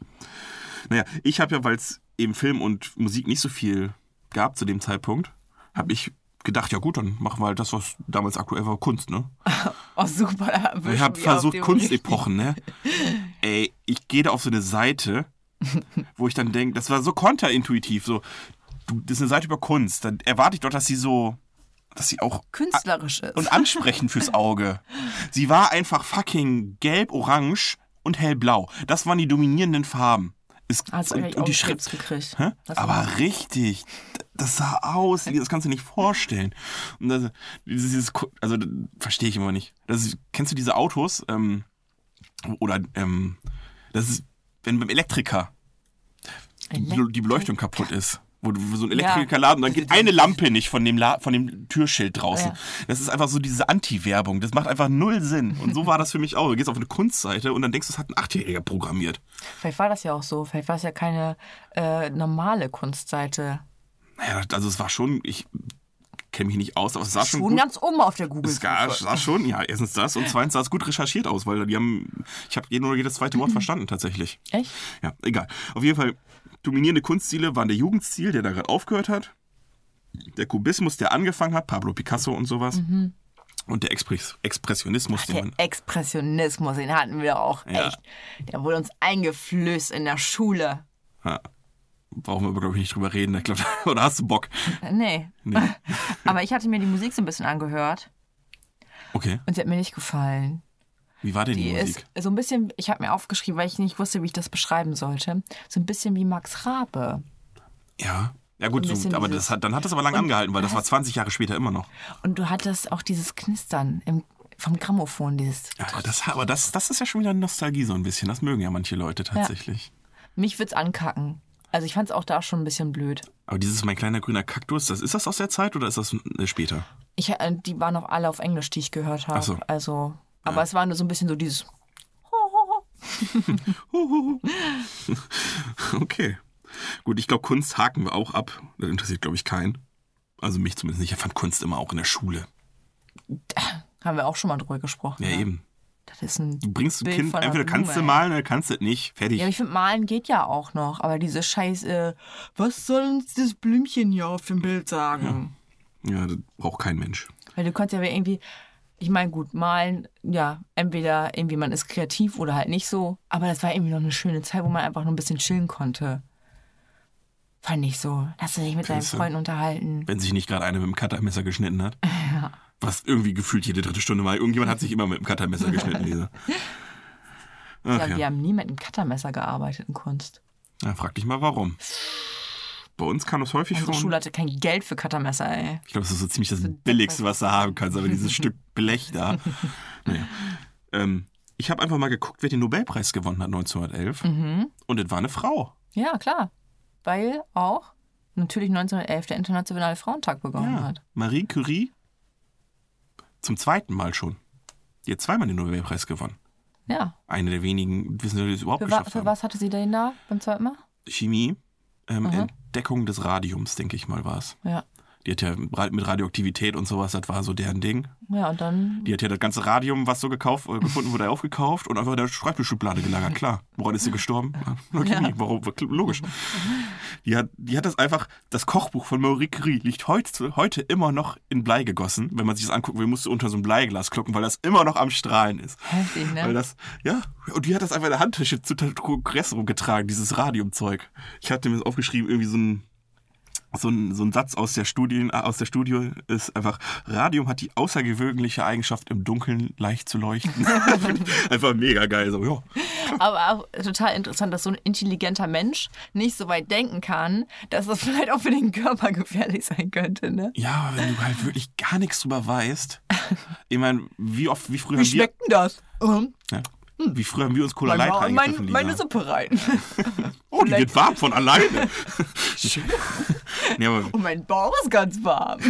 [SPEAKER 2] Naja, ich habe ja, weil es eben Film und Musik nicht so viel gab zu dem Zeitpunkt, habe ich gedacht, ja gut, dann machen wir halt das, was damals aktuell war, Kunst, ne?
[SPEAKER 1] Oh, super. da erwischen
[SPEAKER 2] Ich habe
[SPEAKER 1] wir auf
[SPEAKER 2] versucht,
[SPEAKER 1] dem
[SPEAKER 2] Kunstepochen, ne? Ey, ich gehe da auf so eine Seite, wo ich dann denke, das war so konterintuitiv, so, du, das ist eine Seite über Kunst, dann erwarte ich doch, dass sie so, dass sie auch
[SPEAKER 1] Künstlerisch ist.
[SPEAKER 2] und ansprechend fürs Auge. Sie war einfach fucking gelb, orange und hellblau. Das waren die dominierenden Farben. Es,
[SPEAKER 1] Als
[SPEAKER 2] und, und die Schrift.
[SPEAKER 1] gekriegt.
[SPEAKER 2] Hä?
[SPEAKER 1] Das war-
[SPEAKER 2] ne? Aber richtig. D- Das sah aus, wie- das kannst du nicht vorstellen. Und das, dieses, Ku- also das verstehe ich immer nicht. Das ist, kennst du diese Autos? Ähm, oder ähm, das ist, wenn beim Elektriker
[SPEAKER 1] Elekt-
[SPEAKER 2] die Beleuchtung kaputt ist. Wo du wo so ein Elektrikerladen, dann geht eine Lampe nicht von dem, La von dem Türschild draußen.
[SPEAKER 1] Ja.
[SPEAKER 2] Das ist einfach so diese Anti-Werbung. Das macht einfach null Sinn. Und so war das für mich auch. Du gehst auf eine Kunstseite und dann denkst du, es hat ein Achtjähriger programmiert.
[SPEAKER 1] Vielleicht war das ja auch so. Vielleicht war es ja keine äh, normale Kunstseite.
[SPEAKER 2] Naja, also es war schon, ich kenne mich nicht aus, aber es sah schon,
[SPEAKER 1] Schon
[SPEAKER 2] gut.
[SPEAKER 1] ganz oben auf der google
[SPEAKER 2] Es sah, sah schon, ja, erstens das und zweitens sah es gut recherchiert aus, weil die haben, ich habe nur jedes zweite Wort verstanden tatsächlich.
[SPEAKER 1] Mhm. Echt?
[SPEAKER 2] Ja, egal. Auf jeden Fall, dominierende Kunststile waren der Jugendstil, der da gerade aufgehört hat. Der Kubismus, der angefangen hat, Pablo Picasso und sowas. Und der Expres Expressionismus,
[SPEAKER 1] Mhm.
[SPEAKER 2] den
[SPEAKER 1] Der
[SPEAKER 2] man.
[SPEAKER 1] Expressionismus, den hatten wir auch.
[SPEAKER 2] Ja.
[SPEAKER 1] Echt. Der wurde uns eingeflößt in der Schule.
[SPEAKER 2] Ja, brauchen wir aber, glaube ich, nicht drüber reden. Ich glaub, oder hast du Bock?
[SPEAKER 1] Äh, Nee.
[SPEAKER 2] Nee.
[SPEAKER 1] Aber ich hatte mir die Musik so ein bisschen angehört
[SPEAKER 2] Okay.
[SPEAKER 1] und sie hat mir nicht gefallen.
[SPEAKER 2] Wie war denn die,
[SPEAKER 1] Die
[SPEAKER 2] Musik?
[SPEAKER 1] ist so ein bisschen, ich habe mir aufgeschrieben, weil ich nicht wusste, wie ich das beschreiben sollte. So ein bisschen wie Max Rabe.
[SPEAKER 2] Ja. Ja gut,
[SPEAKER 1] Ein
[SPEAKER 2] so,
[SPEAKER 1] bisschen
[SPEAKER 2] aber
[SPEAKER 1] dieses-
[SPEAKER 2] das hat, dann hat das aber lang angehalten, weil das war 20 Jahre später immer noch.
[SPEAKER 1] Und du hattest auch dieses Knistern im, vom Grammophon, dieses.
[SPEAKER 2] Ja, aber Ah, das, aber das, das ist ja schon wieder Nostalgie so ein bisschen. Das mögen ja manche Leute tatsächlich.
[SPEAKER 1] Mich wird's ankacken. Also ich fand's auch da schon ein bisschen blöd.
[SPEAKER 2] Aber dieses mein kleiner grüner Kaktus, das ist das aus der Zeit oder ist das äh, später?
[SPEAKER 1] Ich, äh, die waren auch alle auf Englisch, die ich gehört habe.
[SPEAKER 2] Ach so.
[SPEAKER 1] Also, aber es war nur so ein bisschen so dieses.
[SPEAKER 2] Okay. Gut, ich glaube, Kunst haken wir auch ab. Das interessiert, glaube ich, keinen. Also mich zumindest nicht. Ich fand Kunst immer auch in der Schule.
[SPEAKER 1] Haben wir auch schon mal drüber gesprochen.
[SPEAKER 2] Ja,
[SPEAKER 1] ne?
[SPEAKER 2] eben.
[SPEAKER 1] Das ist ein.
[SPEAKER 2] Du bringst ein
[SPEAKER 1] Bild
[SPEAKER 2] Kind,
[SPEAKER 1] von einer
[SPEAKER 2] entweder kannst du
[SPEAKER 1] Blume,
[SPEAKER 2] malen oder kannst du es nicht. Fertig.
[SPEAKER 1] Ja, aber ich finde, malen geht ja auch noch. Aber diese Scheiß, äh, was soll uns das Blümchen hier auf dem Bild sagen?
[SPEAKER 2] Ja, das braucht kein Mensch.
[SPEAKER 1] Weil du kannst ja irgendwie. Ich meine, gut, malen, ja, entweder irgendwie man ist kreativ oder halt nicht so. Aber das war irgendwie noch eine schöne Zeit, wo man einfach nur ein bisschen chillen konnte. Fand ich so. Hast du dich mit deinen
[SPEAKER 2] Findest du?
[SPEAKER 1] Freunden unterhalten?
[SPEAKER 2] Wenn sich nicht gerade einer mit dem Cuttermesser geschnitten hat. Was irgendwie gefühlt jede dritte Stunde mal. Irgendjemand hat sich immer mit dem Cuttermesser geschnitten, Lisa. Ach,
[SPEAKER 1] ja, wir haben nie mit einem Cuttermesser gearbeitet in Kunst.
[SPEAKER 2] Na, frag dich mal warum. Bei uns kam das häufig
[SPEAKER 1] Unsere
[SPEAKER 2] vor.
[SPEAKER 1] Also Schule hatte kein Geld für Cuttermesser, ey.
[SPEAKER 2] Ich glaube, das ist so ziemlich das Billigste, was du haben kannst, aber dieses Stück Blech da. Naja. Ähm, ich habe einfach mal geguckt, wer den Nobelpreis gewonnen hat 1911.
[SPEAKER 1] Mhm.
[SPEAKER 2] Und es war eine Frau.
[SPEAKER 1] Ja, klar. Weil auch natürlich 1911 der Internationale Frauentag begonnen
[SPEAKER 2] Ja.
[SPEAKER 1] hat.
[SPEAKER 2] Marie Curie zum zweiten Mal schon. Die hat zweimal den Nobelpreis gewonnen.
[SPEAKER 1] Ja.
[SPEAKER 2] Eine der wenigen Wissenschaftler, die es überhaupt
[SPEAKER 1] Für, wa
[SPEAKER 2] geschafft
[SPEAKER 1] für
[SPEAKER 2] haben.
[SPEAKER 1] was Mhm. hatte sie den da beim zweiten Mal?
[SPEAKER 2] Chemie, ähm, Entdeckung des Radiums, denke ich mal, war es.
[SPEAKER 1] Ja.
[SPEAKER 2] Die hat ja mit Radioaktivität und sowas, das war so deren Ding.
[SPEAKER 1] Ja, und dann.
[SPEAKER 2] Die hat ja das ganze Radium, was so gekauft, äh, gefunden wurde, aufgekauft und einfach in der Schreibtischschublade gelagert. Klar. Woran ist sie gestorben? Ja, Leukämie. Warum? Logisch. Die hat, die hat das einfach, das Kochbuch von Marie Curie liegt heute, heute immer noch in Blei gegossen. Wenn man sich das angucken will, musst du unter so ein Bleiglas gucken, weil das immer noch am Strahlen ist.
[SPEAKER 1] Heftig, ne?
[SPEAKER 2] Weil das, ja, und die hat das einfach in der Handtasche zu der Kongress rumgetragen, dieses Radiumzeug. Ich hatte mir das aufgeschrieben, irgendwie so ein, so ein, so ein Satz aus der, Studien, äh, aus der Studie ist einfach, Radium hat die außergewöhnliche Eigenschaft, im Dunkeln leicht zu leuchten. Find ich einfach mega geil. So, ja.
[SPEAKER 1] Aber auch total interessant, dass so ein intelligenter Mensch nicht so weit denken kann, dass das vielleicht auch für den Körper gefährlich sein könnte, ne?
[SPEAKER 2] ja, aber wenn du halt wirklich gar nichts drüber weißt. Ich meine, wie oft, wie früh
[SPEAKER 1] Wie
[SPEAKER 2] haben wir,
[SPEAKER 1] schmeckt denn das? Hm?
[SPEAKER 2] ja, wie früh haben wir uns Cola Light
[SPEAKER 1] Mein, mein,
[SPEAKER 2] reingegriffen,
[SPEAKER 1] meine
[SPEAKER 2] Lisa?
[SPEAKER 1] Suppe rein.
[SPEAKER 2] Oh, die wird warm von alleine. nee, aber
[SPEAKER 1] Und mein Bauch ist ganz warm.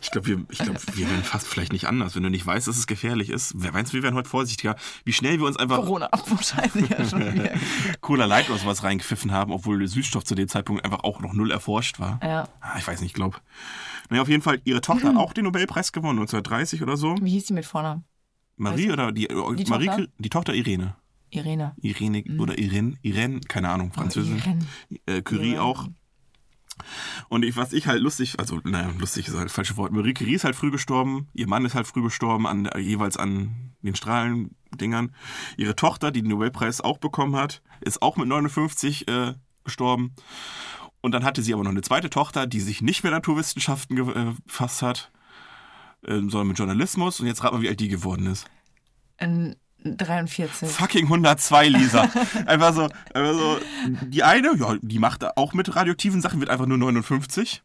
[SPEAKER 2] Ich glaube, wir, ich glaub, wir wären fast vielleicht nicht anders, wenn du nicht weißt, dass es gefährlich ist. Wer weiß, wir wären heute vorsichtiger, wie schnell wir uns einfach
[SPEAKER 1] Corona ab wahrscheinlich ja schon wieder.
[SPEAKER 2] Cola Light oder sowas reingepfiffen haben, obwohl der Süßstoff zu dem Zeitpunkt einfach auch noch null erforscht war.
[SPEAKER 1] Ja. Hm.
[SPEAKER 2] Ah, Ich weiß nicht, ich glaube. Naja, auf jeden Fall, ihre Tochter hat auch den Nobelpreis gewonnen, 1930 oder so.
[SPEAKER 1] Wie hieß die mit Vornamen?
[SPEAKER 2] Marie oder die, äh,
[SPEAKER 1] Die
[SPEAKER 2] Marie,
[SPEAKER 1] Tochter? Hm.
[SPEAKER 2] die Tochter Irene.
[SPEAKER 1] Irene. Oh,
[SPEAKER 2] Irene oder Irene, Irene, keine Ahnung, Französin.
[SPEAKER 1] Irene.
[SPEAKER 2] Äh, Curie
[SPEAKER 1] Ja.
[SPEAKER 2] auch. Und ich, was ich halt lustig, also naja, lustig ist halt das falsche Wort. Ulrike Ries ist halt früh gestorben, ihr Mann ist halt früh gestorben, an, jeweils an den Strahlendingern. Ihre Tochter, die den Nobelpreis auch bekommen hat, ist auch mit 59 äh, gestorben. Und dann hatte sie aber noch eine zweite Tochter, die sich nicht mit Naturwissenschaften ge- äh, befasst hat, äh, sondern mit Journalismus. Und jetzt rat mal, wie alt die geworden ist.
[SPEAKER 1] In 43.
[SPEAKER 2] Fucking 102, Lisa. einfach, so, einfach so. Die eine, ja, die macht auch mit radioaktiven Sachen, wird einfach nur 59.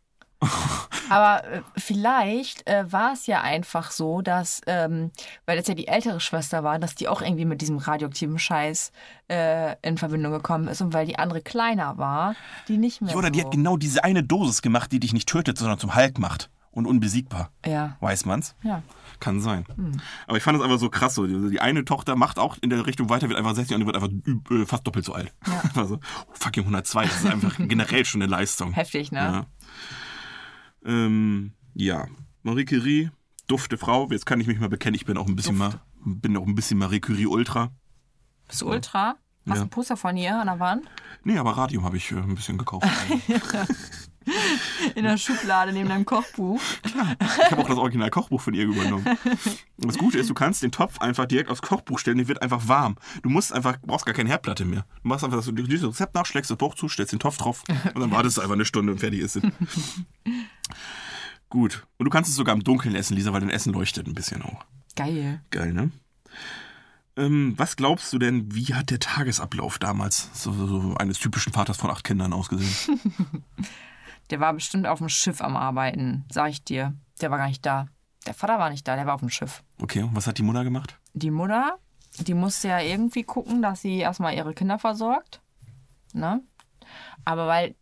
[SPEAKER 1] Aber äh, vielleicht äh, war es ja einfach so, dass, ähm, weil das ja die ältere Schwester war, dass die auch irgendwie mit diesem radioaktiven Scheiß äh, in Verbindung gekommen ist und weil die andere kleiner war, die nicht mehr.
[SPEAKER 2] Oder
[SPEAKER 1] so.
[SPEAKER 2] die hat genau diese eine Dosis gemacht, die dich nicht tötet, sondern zum Hulk macht. Und unbesiegbar.
[SPEAKER 1] Ja. Hm.
[SPEAKER 2] Weiß man's?
[SPEAKER 1] Ja.
[SPEAKER 2] Kann sein. Aber ich fand es einfach so krass. So. Die die eine Tochter macht auch in der Richtung weiter, wird einfach 60 und die wird einfach üb- äh, fast doppelt so alt. Einfach so, fucking 102, das ist einfach generell schon eine Leistung.
[SPEAKER 1] Heftig, ne?
[SPEAKER 2] Ja. Ähm, ja. Marie Curie, dufte Frau. Jetzt kann ich mich mal bekennen, ich bin auch ein bisschen, mal, bin auch ein bisschen Marie Curie Ultra.
[SPEAKER 1] Bist du Ultra? Hast
[SPEAKER 2] Ja.
[SPEAKER 1] ein Poster von ihr an der Wand?
[SPEAKER 2] Nee, aber Radium habe ich äh, ein bisschen gekauft.
[SPEAKER 1] In der Schublade neben deinem Kochbuch.
[SPEAKER 2] Ich habe auch das Original Kochbuch von ihr übernommen. Und das Gute ist, du kannst den Topf einfach direkt aufs Kochbuch stellen, der wird einfach warm. Du musst einfach, brauchst gar keine Herdplatte mehr. Du machst einfach das, du dieses Rezept nach, schlägst das Buch zu, stellst den Topf drauf und dann wartest du einfach eine Stunde und fertig ist es. Gut. Und du kannst es sogar im Dunkeln essen, Lisa, weil dein Essen leuchtet ein bisschen auch.
[SPEAKER 1] Geil.
[SPEAKER 2] Geil, ne? Ähm, was glaubst du denn, wie hat der Tagesablauf damals so, so, so eines typischen Vaters von acht Kindern ausgesehen?
[SPEAKER 1] Der war bestimmt auf dem Schiff am Arbeiten, sag ich dir. Der war gar nicht da. Der Vater war nicht da, der war auf dem Schiff.
[SPEAKER 2] Okay, und was hat die Mutter gemacht?
[SPEAKER 1] die Mutter, die musste ja irgendwie gucken, dass sie erstmal ihre Kinder versorgt. Ne? Aber weil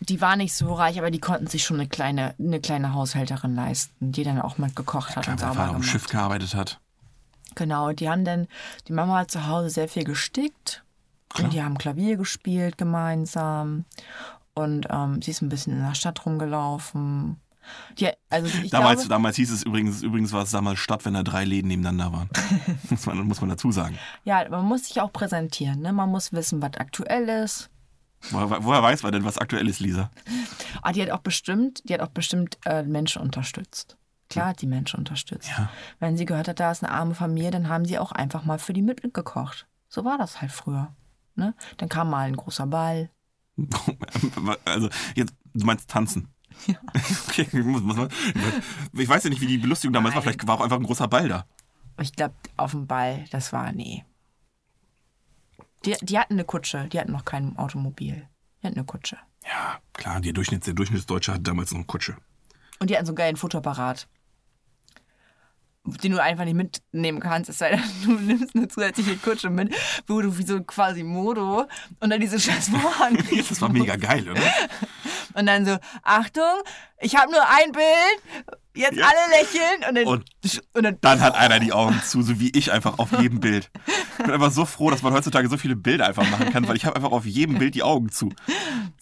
[SPEAKER 1] die war nicht so reich, aber die konnten sich schon eine kleine, eine kleine Haushälterin leisten, die dann auch mit gekocht hat und
[SPEAKER 2] Weil
[SPEAKER 1] sauber
[SPEAKER 2] Vater am
[SPEAKER 1] gemacht.
[SPEAKER 2] Schiff gearbeitet hat.
[SPEAKER 1] Genau, die haben dann, die Mama hat zu Hause sehr viel gestickt und die haben Klavier gespielt gemeinsam und ähm, sie ist ein bisschen in der Stadt rumgelaufen. Die, also ich
[SPEAKER 2] Damals,
[SPEAKER 1] glaube,
[SPEAKER 2] damals hieß es übrigens, übrigens war es damals Stadt, wenn da drei Läden nebeneinander waren. muss, man, muss man dazu sagen.
[SPEAKER 1] ja, man muss sich auch präsentieren, ne? man muss wissen, was aktuell ist.
[SPEAKER 2] Woher, woher weiß man denn, was aktuell ist, Lisa?
[SPEAKER 1] Ah, die hat auch bestimmt, die hat auch bestimmt äh, Menschen unterstützt. Klar hat die Menschen unterstützt. Wenn sie gehört hat, da ist eine arme Familie, dann haben sie auch einfach mal für die mitgekocht. So war das halt früher. Ne? Dann kam mal ein großer Ball.
[SPEAKER 2] Also, jetzt, du meinst tanzen. Okay, ich muss- muss man- ich weiß ja nicht, wie die Belustigung damals war. Vielleicht war auch einfach ein großer Ball da.
[SPEAKER 1] Ich glaube, auf dem Ball, das war nee. Die, die hatten eine Kutsche, die hatten noch kein Automobil. Die hatten eine Kutsche.
[SPEAKER 2] Ja, klar, der, Durchschnitts, der Durchschnittsdeutsche hatte damals noch eine Kutsche.
[SPEAKER 1] Und die hatten so einen geilen Fotoapparat. Den du einfach nicht mitnehmen kannst, es sei denn, du nimmst eine zusätzliche Kutsche mit, wo du wie so quasi Modo und dann diese scheiß Vorhang kriegst.
[SPEAKER 2] Das war mega geil, oder?
[SPEAKER 1] Und dann so, Achtung, ich habe nur ein Bild, jetzt
[SPEAKER 2] Ja.
[SPEAKER 1] alle lächeln und dann,
[SPEAKER 2] Und
[SPEAKER 1] und dann
[SPEAKER 2] Dann hat einer die Augen zu, so wie ich einfach auf jedem Bild. Ich bin einfach so froh, dass man heutzutage so viele Bilder einfach machen kann, weil ich habe einfach auf jedem Bild die Augen zu.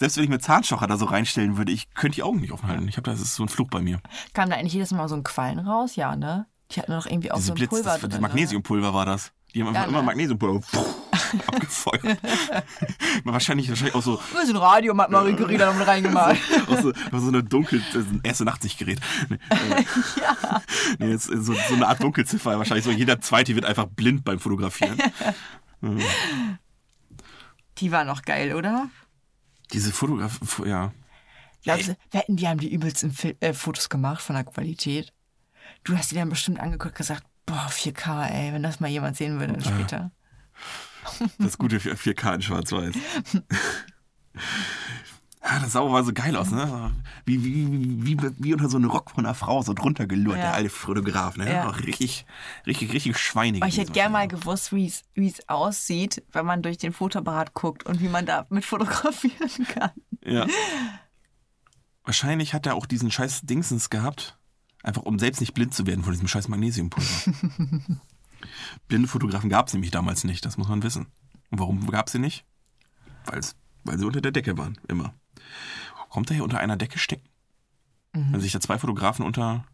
[SPEAKER 2] Selbst wenn ich mir Zahnstocher da so reinstellen würde, ich könnte die Augen nicht offen halten. Ich habe da, das ist so ein Fluch bei mir.
[SPEAKER 1] kam da eigentlich jedes Mal so ein Qualm raus, ja, ne? Die hatten noch irgendwie auch
[SPEAKER 2] Diese
[SPEAKER 1] so ein
[SPEAKER 2] Blitz,
[SPEAKER 1] Pulver
[SPEAKER 2] das,
[SPEAKER 1] drin.
[SPEAKER 2] das
[SPEAKER 1] ne?
[SPEAKER 2] Magnesiumpulver war das. Die haben einfach
[SPEAKER 1] Ja,
[SPEAKER 2] immer
[SPEAKER 1] ne?
[SPEAKER 2] Magnesiumpulver pff, abgefeuert. wahrscheinlich, wahrscheinlich auch so,
[SPEAKER 1] Ein bisschen Radio hat Marie Curie da noch mit reingemacht.
[SPEAKER 2] auch so, auch so eine dunkel, das ist ein erste Nachtsichtgerät. Nee, äh, nee, jetzt, äh, so, so eine Art Dunkelziffer. Wahrscheinlich so jeder zweite wird einfach blind beim Fotografieren.
[SPEAKER 1] Die war noch geil, oder?
[SPEAKER 2] Diese Fotograf, ja.
[SPEAKER 1] Glaubst du, wetten, die haben die übelsten Fil äh, Fotos gemacht von der Qualität? Du hast die dann bestimmt angeguckt und gesagt, boah, 4K, ey, wenn das mal jemand sehen würde dann später.
[SPEAKER 2] Das gute 4K in Schwarz-Weiß. Ja, das Sau war so geil aus, ne? Wie, wie, wie, wie unter so einen Rock von einer Frau so drunter gelurrt,
[SPEAKER 1] Ja.
[SPEAKER 2] der alte Fotograf, ne?
[SPEAKER 1] Ja.
[SPEAKER 2] Auch richtig, richtig, richtig schweinig.
[SPEAKER 1] Aber ich hätte gerne mal gewusst, wie es wie es aussieht, wenn man durch den Fotoapparat guckt und wie man da mit fotografieren kann.
[SPEAKER 2] Ja. Wahrscheinlich hat er auch diesen scheiß Dingsens gehabt, einfach um selbst nicht blind zu werden von diesem scheiß Magnesiumpulver. Blinde Fotografen gab es nämlich damals nicht, das muss man wissen. Und warum gab es sie nicht? Weil's, weil sie unter der Decke waren, immer. Kommt er hier unter einer Decke stecken? Wenn sich da zwei Fotografen unter.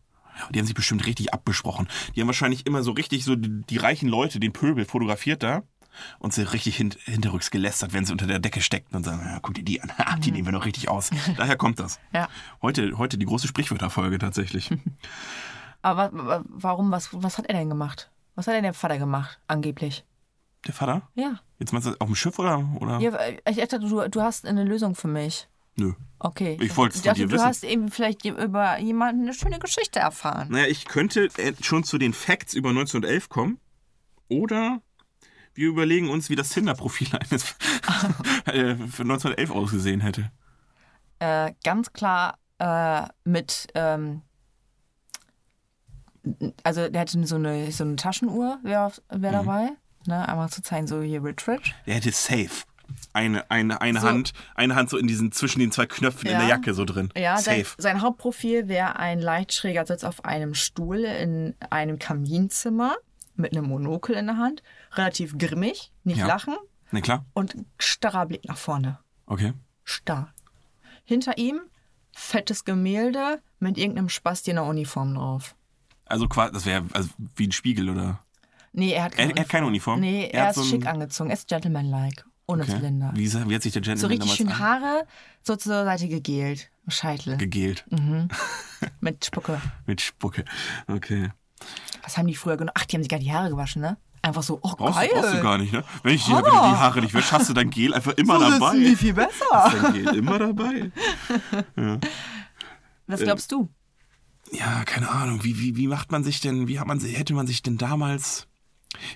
[SPEAKER 2] Die haben sich bestimmt richtig abbesprochen. Die haben wahrscheinlich immer so richtig so die, die reichen Leute, den Pöbel fotografiert da. und sie richtig hin, hinterrücks gelästert, wenn sie unter der Decke steckt und sagen, ja, guck dir die an, Ha, die nehmen wir noch richtig aus. Daher kommt das.
[SPEAKER 1] Ja.
[SPEAKER 2] Heute, heute die große Sprichwörterfolge tatsächlich.
[SPEAKER 1] Aber wa- wa- warum? Was, was hat er denn gemacht? Was hat denn der Vater gemacht, angeblich?
[SPEAKER 2] Der Vater?
[SPEAKER 1] Ja.
[SPEAKER 2] Jetzt meinst du auf dem Schiff oder? oder?
[SPEAKER 1] ja ich dachte, du, du hast eine Lösung für mich.
[SPEAKER 2] Nö.
[SPEAKER 1] Okay.
[SPEAKER 2] Ich wollt's von
[SPEAKER 1] dachte,
[SPEAKER 2] dir
[SPEAKER 1] Du
[SPEAKER 2] wissen.
[SPEAKER 1] hast eben vielleicht je- über jemanden eine schöne Geschichte erfahren.
[SPEAKER 2] Naja, ich könnte äh, schon zu den Facts über 1911 kommen. Oder wir überlegen uns, wie das Tinder-Profil eines äh, für 1911 ausgesehen hätte.
[SPEAKER 1] Äh, ganz klar äh, mit, ähm, also der hatte so eine, so eine Taschenuhr, wäre wär
[SPEAKER 2] Mhm.
[SPEAKER 1] dabei. Ne, einmal zu zeigen, so hier Rich Rich.
[SPEAKER 2] Der hätte safe. Eine, eine, eine
[SPEAKER 1] So.
[SPEAKER 2] Hand, eine Hand so in diesen, zwischen den zwei Knöpfen in
[SPEAKER 1] Ja.
[SPEAKER 2] der Jacke so drin.
[SPEAKER 1] Ja, sein,
[SPEAKER 2] safe.
[SPEAKER 1] sein Hauptprofil wäre ein leicht schräger Sitz auf einem Stuhl in einem Kaminzimmer mit einem Monokel in der Hand, relativ grimmig, nicht
[SPEAKER 2] Ja.
[SPEAKER 1] lachen
[SPEAKER 2] Na klar.
[SPEAKER 1] und starrer Blick nach vorne.
[SPEAKER 2] Okay.
[SPEAKER 1] Starr. Hinter ihm fettes Gemälde mit irgendeinem Spasti in der Uniform drauf.
[SPEAKER 2] Also quasi, das wäre also wie ein Spiegel, oder?
[SPEAKER 1] Nee, er hat
[SPEAKER 2] Er,
[SPEAKER 1] keine,
[SPEAKER 2] er hat keine Uniform.
[SPEAKER 1] Uniform. Nee, er,
[SPEAKER 2] hat
[SPEAKER 1] ist
[SPEAKER 2] so ein-
[SPEAKER 1] schick angezogen, er ist gentleman-like, ohne Zylinder.
[SPEAKER 2] okay. wie, sa- wie hat sich der Gentleman
[SPEAKER 1] so richtig
[SPEAKER 2] damals
[SPEAKER 1] schön
[SPEAKER 2] an-
[SPEAKER 1] Haare, so zur Seite gegelt, am Scheitel,
[SPEAKER 2] gegelt?
[SPEAKER 1] Mhm. mit Spucke.
[SPEAKER 2] Mit Spucke. Okay.
[SPEAKER 1] Was haben die früher genommen? Ach, die haben sich gar die Haare gewaschen, ne? Einfach so, oh
[SPEAKER 2] Brauchst,
[SPEAKER 1] geil. Ah.
[SPEAKER 2] du- brauchst du gar nicht, ne? Wenn ich dir wenn du die Haare nicht wäsche, hast du dein Gel einfach immer dabei.
[SPEAKER 1] sitzen die viel besser.
[SPEAKER 2] Dein Gel immer dabei. Äh,
[SPEAKER 1] Was glaubst du?
[SPEAKER 2] Ja, keine Ahnung. Wie, wie, wie macht man sich denn, wie hat man, hätte man sich denn damals.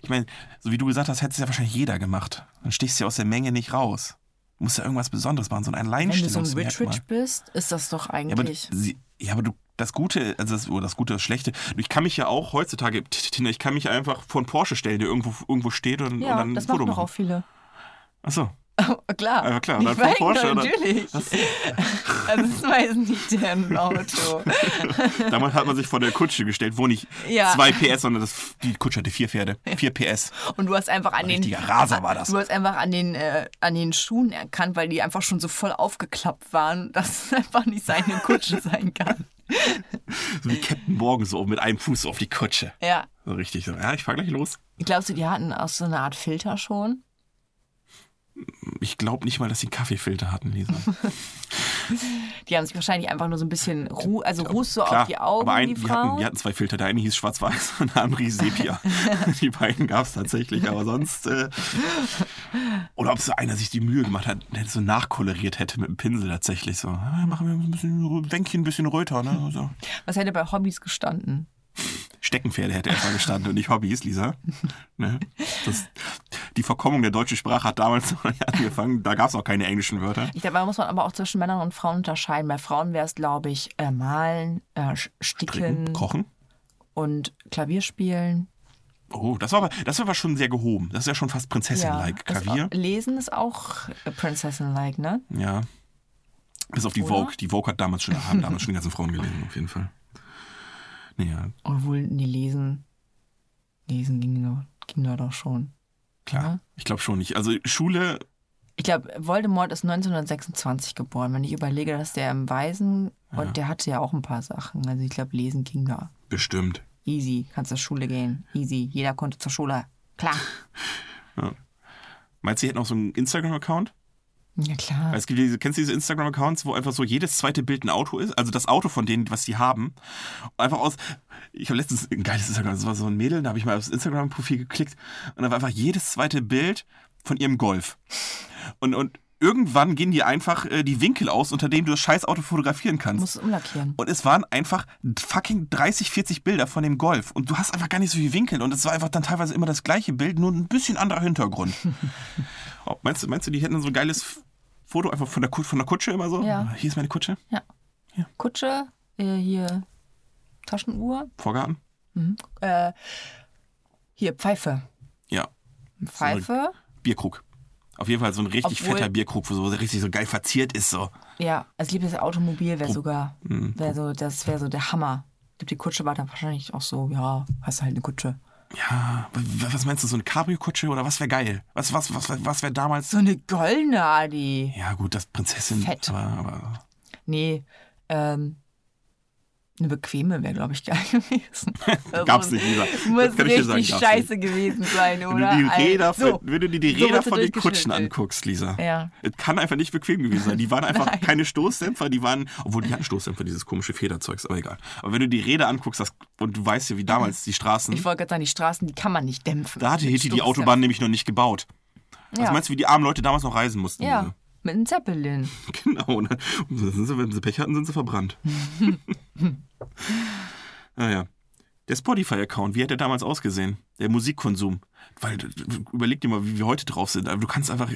[SPEAKER 2] Ich meine, so wie du gesagt hast, hätte es ja wahrscheinlich jeder gemacht. Dann stichst du ja aus der Menge nicht raus. Du musst ja irgendwas Besonderes machen, so ein
[SPEAKER 1] Wenn du so ein Rich
[SPEAKER 2] Alleinstellungsmerkmal.
[SPEAKER 1] Rich bist, ist das doch
[SPEAKER 2] Ja, aber,
[SPEAKER 1] eigentlich.
[SPEAKER 2] sie, ja, aber du, das Gute, also das, oder das Gute, das Schlechte, ich kann mich ja auch heutzutage, t- t- Tinder, ich kann mich einfach vor einen Porsche stellen, der irgendwo, irgendwo steht und,
[SPEAKER 1] Ja,
[SPEAKER 2] und dann
[SPEAKER 1] das
[SPEAKER 2] ein Foto
[SPEAKER 1] machen doch auch
[SPEAKER 2] machen.
[SPEAKER 1] viele.
[SPEAKER 2] Achso,
[SPEAKER 1] klar.
[SPEAKER 2] ja, klar,
[SPEAKER 1] Die
[SPEAKER 2] dann vom
[SPEAKER 1] verhängen
[SPEAKER 2] Porsche,
[SPEAKER 1] doch
[SPEAKER 2] dann-
[SPEAKER 1] natürlich.
[SPEAKER 2] Das-
[SPEAKER 1] Also es ist meistens nicht deren Auto.
[SPEAKER 2] damals hat man sich vor der Kutsche gestellt, wo nicht
[SPEAKER 1] Ja.
[SPEAKER 2] zwei PS, sondern das, die Kutsche hatte vier Pferde, vier PS.
[SPEAKER 1] Und du hast einfach an den.
[SPEAKER 2] Richtiger Raser war das.
[SPEAKER 1] Du hast einfach an den, äh, an den Schuhen erkannt, weil die einfach schon so voll aufgeklappt waren, dass es einfach nicht seine Kutsche sein kann.
[SPEAKER 2] So wie Captain Morgan so mit einem Fuß auf die Kutsche.
[SPEAKER 1] Ja.
[SPEAKER 2] So richtig so, ja, ich fahr gleich los.
[SPEAKER 1] Glaubst du, die hatten auch so eine Art Filter schon?
[SPEAKER 2] Ich glaube nicht mal, dass sie einen Kaffeefilter hatten, Lisa.
[SPEAKER 1] Die haben sich wahrscheinlich einfach nur so ein bisschen Ruh, also Ruß so
[SPEAKER 2] Klar,
[SPEAKER 1] auf die Augen,
[SPEAKER 2] aber ein,
[SPEAKER 1] die
[SPEAKER 2] die,
[SPEAKER 1] Frauen.
[SPEAKER 2] hatten, die hatten zwei Filter. Der eine hieß schwarz-weiß und der andere hieß Sepia. die beiden gab es tatsächlich, aber sonst... Äh, oder ob so einer sich die Mühe gemacht hat, der so nachkoloriert hätte mit dem Pinsel tatsächlich. So, ah, machen wir ein bisschen Wänkchen, ein bisschen röter. Ne? So.
[SPEAKER 1] Was hätte bei Hobbys gestanden?
[SPEAKER 2] Steckenpferde hätte erstmal gestanden und nicht Hobbys, Lisa. Ne? Das, die Verkommung der deutschen Sprache hat damals noch nicht angefangen. Da gab es auch keine englischen Wörter.
[SPEAKER 1] Ich glaube, da muss man aber auch zwischen Männern und Frauen unterscheiden. Bei Frauen wäre es, glaube ich, äh, malen, äh, sch- sticken
[SPEAKER 2] Trinken, kochen.
[SPEAKER 1] und Klavierspielen.
[SPEAKER 2] Oh, das war, aber, das war aber schon sehr gehoben. Das ist ja schon fast Prinzessin-like.
[SPEAKER 1] das-
[SPEAKER 2] Klavier.
[SPEAKER 1] Lesen ist auch äh, Prinzessin-like, ne?
[SPEAKER 2] Ja. Bis auf die Vogue. Die Vogue hat damals schon, haben damals schon die ganzen Frauen gelesen, auf jeden Fall. Naja,
[SPEAKER 1] Obwohl, nee, lesen. Lesen ging, doch- ging da doch schon.
[SPEAKER 2] klar.
[SPEAKER 1] Ja.
[SPEAKER 2] Ich glaube schon nicht. Also Schule,
[SPEAKER 1] Ich glaube, Voldemort ist 1926 geboren. Wenn ich überlege, dass der im Waisen und der hatte ja auch ein paar Sachen. Also ich glaube, lesen ging da.
[SPEAKER 2] bestimmt.
[SPEAKER 1] Easy, kannst zur Schule gehen. Easy, jeder konnte zur Schule. Klar.
[SPEAKER 2] Meinst du, die hätten auch so einen Instagram-Account?
[SPEAKER 1] Ja, klar.
[SPEAKER 2] Weil Also Es gibt diese, kennst du diese Instagram-Accounts, wo einfach so jedes zweite Bild ein Auto ist? Also das Auto von denen, was die haben. Einfach aus. Ich habe letztens ein geiles Instagram, das war so ein Mädel, da habe ich mal aufs Instagram-Profil geklickt und da war einfach jedes zweite Bild von ihrem Golf. Und, und irgendwann gehen dir einfach äh, die Winkel aus, unter denen du das scheiß Auto fotografieren kannst.
[SPEAKER 1] Muss umlackieren.
[SPEAKER 2] Und es waren einfach fucking 30, 40 Bilder von dem Golf. Und du hast einfach gar nicht so viel Winkel. Und es war einfach dann teilweise immer das gleiche Bild, nur ein bisschen anderer Hintergrund. oh, meinst, du, meinst du, die hätten so ein geiles F- Foto einfach von der, Ku- von der Kutsche immer so?
[SPEAKER 1] Ja.
[SPEAKER 2] Hier ist meine Kutsche,
[SPEAKER 1] Kutsche, äh, hier Taschenuhr,
[SPEAKER 2] Vorgarten.
[SPEAKER 1] äh, hier Pfeife.
[SPEAKER 2] Ja,
[SPEAKER 1] Pfeife,
[SPEAKER 2] Bierkrug. Auf jeden Fall so ein richtig
[SPEAKER 1] Obwohl-
[SPEAKER 2] fetter Bierkrug, wo so richtig so geil verziert ist. So.
[SPEAKER 1] ja, also ich liebe das Automobil, wäre sogar,
[SPEAKER 2] Mhm.
[SPEAKER 1] wäre so, das wäre so der Hammer. Ich glaube, die Kutsche war dann wahrscheinlich auch so, ja, hast halt eine Kutsche.
[SPEAKER 2] Ja, w- w- was meinst du, so eine Cabrio-Kutsche oder was wäre geil? Was, was, was, was wäre damals?
[SPEAKER 1] So eine goldene Adi.
[SPEAKER 2] Ja, gut, das Prinzessin.
[SPEAKER 1] Fett.
[SPEAKER 2] Aber, aber
[SPEAKER 1] Nee, ähm, Eine bequeme wäre, glaube ich, geil gewesen. Also,
[SPEAKER 2] Gab's nicht, Lisa.
[SPEAKER 1] Muss
[SPEAKER 2] Das kann ich dir sagen,
[SPEAKER 1] richtig
[SPEAKER 2] gab's
[SPEAKER 1] scheiße gewesen sein,
[SPEAKER 2] Wenn du,
[SPEAKER 1] oder?
[SPEAKER 2] die Räder
[SPEAKER 1] Also,
[SPEAKER 2] von, wenn du dir die
[SPEAKER 1] so
[SPEAKER 2] Räder
[SPEAKER 1] wird's
[SPEAKER 2] von den
[SPEAKER 1] durchgeschüttelt.
[SPEAKER 2] Kutschen anguckst, Lisa,
[SPEAKER 1] Ja.
[SPEAKER 2] es kann einfach nicht bequem gewesen sein. Die waren einfach keine Stoßdämpfer, die waren, obwohl die hatten Stoßdämpfer, dieses komische Federzeugs, aber egal. Aber wenn du die Räder anguckst das, und du weißt ja, wie damals die Straßen,
[SPEAKER 1] Mhm. Ich wollte gerade sagen, die Straßen, die kann man nicht dämpfen.
[SPEAKER 2] da hatte
[SPEAKER 1] Mit
[SPEAKER 2] Hitty die
[SPEAKER 1] Stoßdämpfen.
[SPEAKER 2] Autobahn nämlich noch nicht gebaut. Was
[SPEAKER 1] Ja.
[SPEAKER 2] meinst du, wie die armen Leute damals noch reisen mussten?
[SPEAKER 1] Ja, mit einem Zeppelin.
[SPEAKER 2] Lisa? Genau. Ne? Und so sind sie, wenn sie Pech hatten, sind sie verbrannt. naja. Der Spotify-Account, wie hat der damals ausgesehen? Der Musikkonsum. Weil, überleg dir mal, wie wir heute drauf sind. Aber du kannst einfach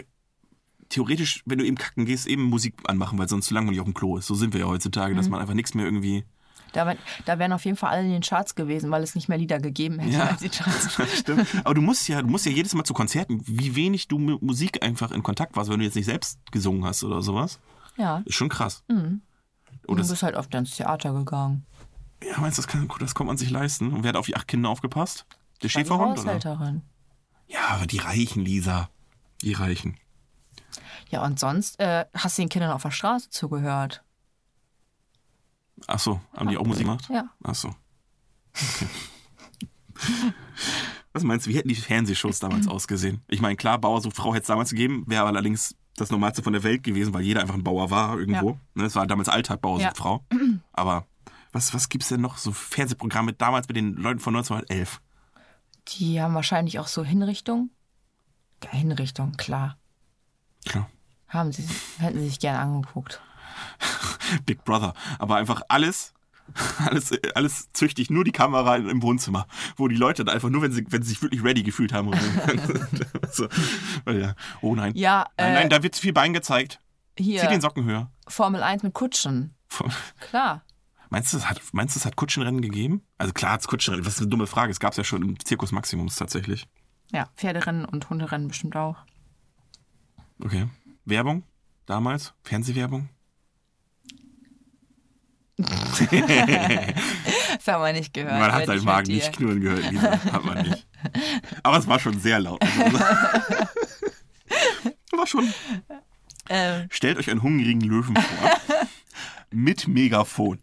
[SPEAKER 2] theoretisch, wenn du eben kacken gehst, eben Musik anmachen, weil sonst zu lange nicht auf dem Klo ist. So sind wir ja heutzutage,
[SPEAKER 1] Mhm.
[SPEAKER 2] dass man einfach nichts mehr irgendwie.
[SPEAKER 1] Da, wär- da wären auf jeden Fall alle in den Charts gewesen, weil es nicht mehr Lieder gegeben hätte als die Charts.
[SPEAKER 2] stimmt. Aber du musst ja, du musst ja jedes Mal zu Konzerten, wie wenig du mit Musik einfach in Kontakt warst, wenn du jetzt nicht selbst gesungen hast oder sowas.
[SPEAKER 1] Ja.
[SPEAKER 2] Ist schon krass.
[SPEAKER 1] Und
[SPEAKER 2] Und
[SPEAKER 1] du
[SPEAKER 2] Oh, das,
[SPEAKER 1] bist halt oft ans Theater gegangen.
[SPEAKER 2] ja, meinst du, das, kann, das kommt man sich leisten? Und wer hat auf die acht Kinder aufgepasst? Der
[SPEAKER 1] War die
[SPEAKER 2] Schäferhund? Oder?
[SPEAKER 1] Haushälterin.
[SPEAKER 2] Ja, aber die Reichen, Lisa. Die Reichen.
[SPEAKER 1] Ja, und sonst äh, hast du den Kindern auf der Straße zugehört.
[SPEAKER 2] Ach so, haben die auch Musik gemacht?
[SPEAKER 1] Ja.
[SPEAKER 2] Ach so. Okay. Was meinst du, wie hätten die Fernsehshows damals ausgesehen? Ich meine, klar, Bauer sucht Frau hätte es damals gegeben, wäre allerdings das Normalste von der Welt gewesen, weil jeder einfach ein Bauer war irgendwo. Ne, Es war damals Alltag, Bauer
[SPEAKER 1] Ja.
[SPEAKER 2] sucht Frau. Aber was, was gibt es denn noch so Fernsehprogramme damals mit den Leuten von 1911?
[SPEAKER 1] Die haben wahrscheinlich auch so Hinrichtung. Ja, Hinrichtung, klar.
[SPEAKER 2] Klar.
[SPEAKER 1] Haben sie, hätten sie sich gerne angeguckt.
[SPEAKER 2] Big Brother. Aber einfach alles, alles, alles züchtig, nur die Kamera im Wohnzimmer, wo die Leute dann einfach nur, wenn sie, wenn sie sich wirklich ready gefühlt haben. so, weil ja, oh nein.
[SPEAKER 1] Ja,
[SPEAKER 2] nein,
[SPEAKER 1] äh,
[SPEAKER 2] nein, da wird zu viel Bein gezeigt. Zieh
[SPEAKER 1] Hier,
[SPEAKER 2] den Socken höher.
[SPEAKER 1] Formel 1 mit Kutschen.
[SPEAKER 2] Vom-
[SPEAKER 1] Klar.
[SPEAKER 2] Meinst du, es hat, meinst du, es hat Kutschenrennen gegeben? Also klar hat es Kutschenrennen, was ist eine dumme Frage, es gab es ja schon im Zirkus Maximums tatsächlich.
[SPEAKER 1] Ja, Pferderennen und Hunderennen bestimmt auch.
[SPEAKER 2] Okay. Werbung? Damals? Fernsehwerbung?
[SPEAKER 1] Das haben wir nicht gehört.
[SPEAKER 2] Man hat
[SPEAKER 1] bin ich
[SPEAKER 2] seinen
[SPEAKER 1] mit
[SPEAKER 2] Magen
[SPEAKER 1] dir.
[SPEAKER 2] nicht knurren gehört, Lisa. Hat man nicht. Aber es war schon sehr laut. muss man sagen. War schon.
[SPEAKER 1] Ähm,
[SPEAKER 2] Stellt euch einen hungrigen Löwen vor. Mit Megafon.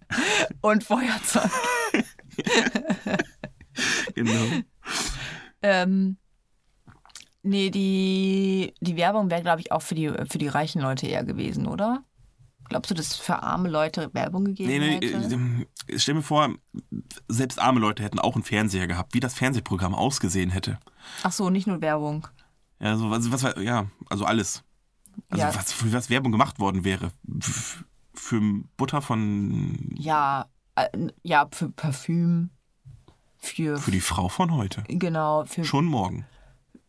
[SPEAKER 1] und Feuerzeug.
[SPEAKER 2] Genau.
[SPEAKER 1] Ähm, nee, die, die Werbung wäre, glaube ich, auch für die, für die reichen Leute eher gewesen, oder? Glaubst du, dass es für arme Leute Werbung gegeben
[SPEAKER 2] Nee, nee,
[SPEAKER 1] hätte?
[SPEAKER 2] äh, äh, stell mir vor, selbst arme Leute hätten auch einen Fernseher gehabt, wie das Fernsehprogramm ausgesehen hätte.
[SPEAKER 1] Ach so, nicht nur Werbung.
[SPEAKER 2] Ja, so, was, was, ja also alles. Also,
[SPEAKER 1] Ja.
[SPEAKER 2] was, für was Werbung gemacht worden wäre. F- Für Butter von.
[SPEAKER 1] Ja, äh, ja für Parfüm, für,
[SPEAKER 2] Für die Frau von heute.
[SPEAKER 1] genau, für,
[SPEAKER 2] Schon morgen.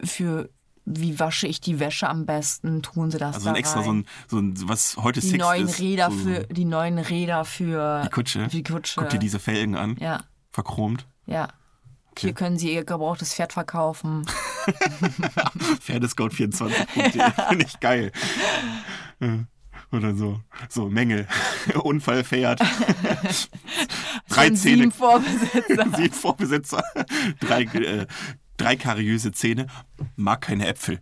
[SPEAKER 1] für wie wasche ich die Wäsche am besten, tun sie das
[SPEAKER 2] Also ein
[SPEAKER 1] da
[SPEAKER 2] extra so
[SPEAKER 1] rein.
[SPEAKER 2] ein, so ein was heute
[SPEAKER 1] die
[SPEAKER 2] Sex
[SPEAKER 1] neuen
[SPEAKER 2] ist.
[SPEAKER 1] Räder
[SPEAKER 2] so
[SPEAKER 1] für die neuen Räder für
[SPEAKER 2] die Kutsche.
[SPEAKER 1] Für die Kutsche.
[SPEAKER 2] Guck dir diese Felgen an,
[SPEAKER 1] ja,
[SPEAKER 2] verchromt.
[SPEAKER 1] ja. Hier können sie ihr gebrauchtes Pferd verkaufen.
[SPEAKER 2] Pferdescout24.de, finde ich geil. Ja. Oder so. So, Mängel. Unfall fährt. Drei
[SPEAKER 1] Sind
[SPEAKER 2] Zähne.
[SPEAKER 1] Sieben Vorbesitzer.
[SPEAKER 2] Sieben Vorbesitzer. Drei, äh, drei kariöse Zähne. Mag keine Äpfel.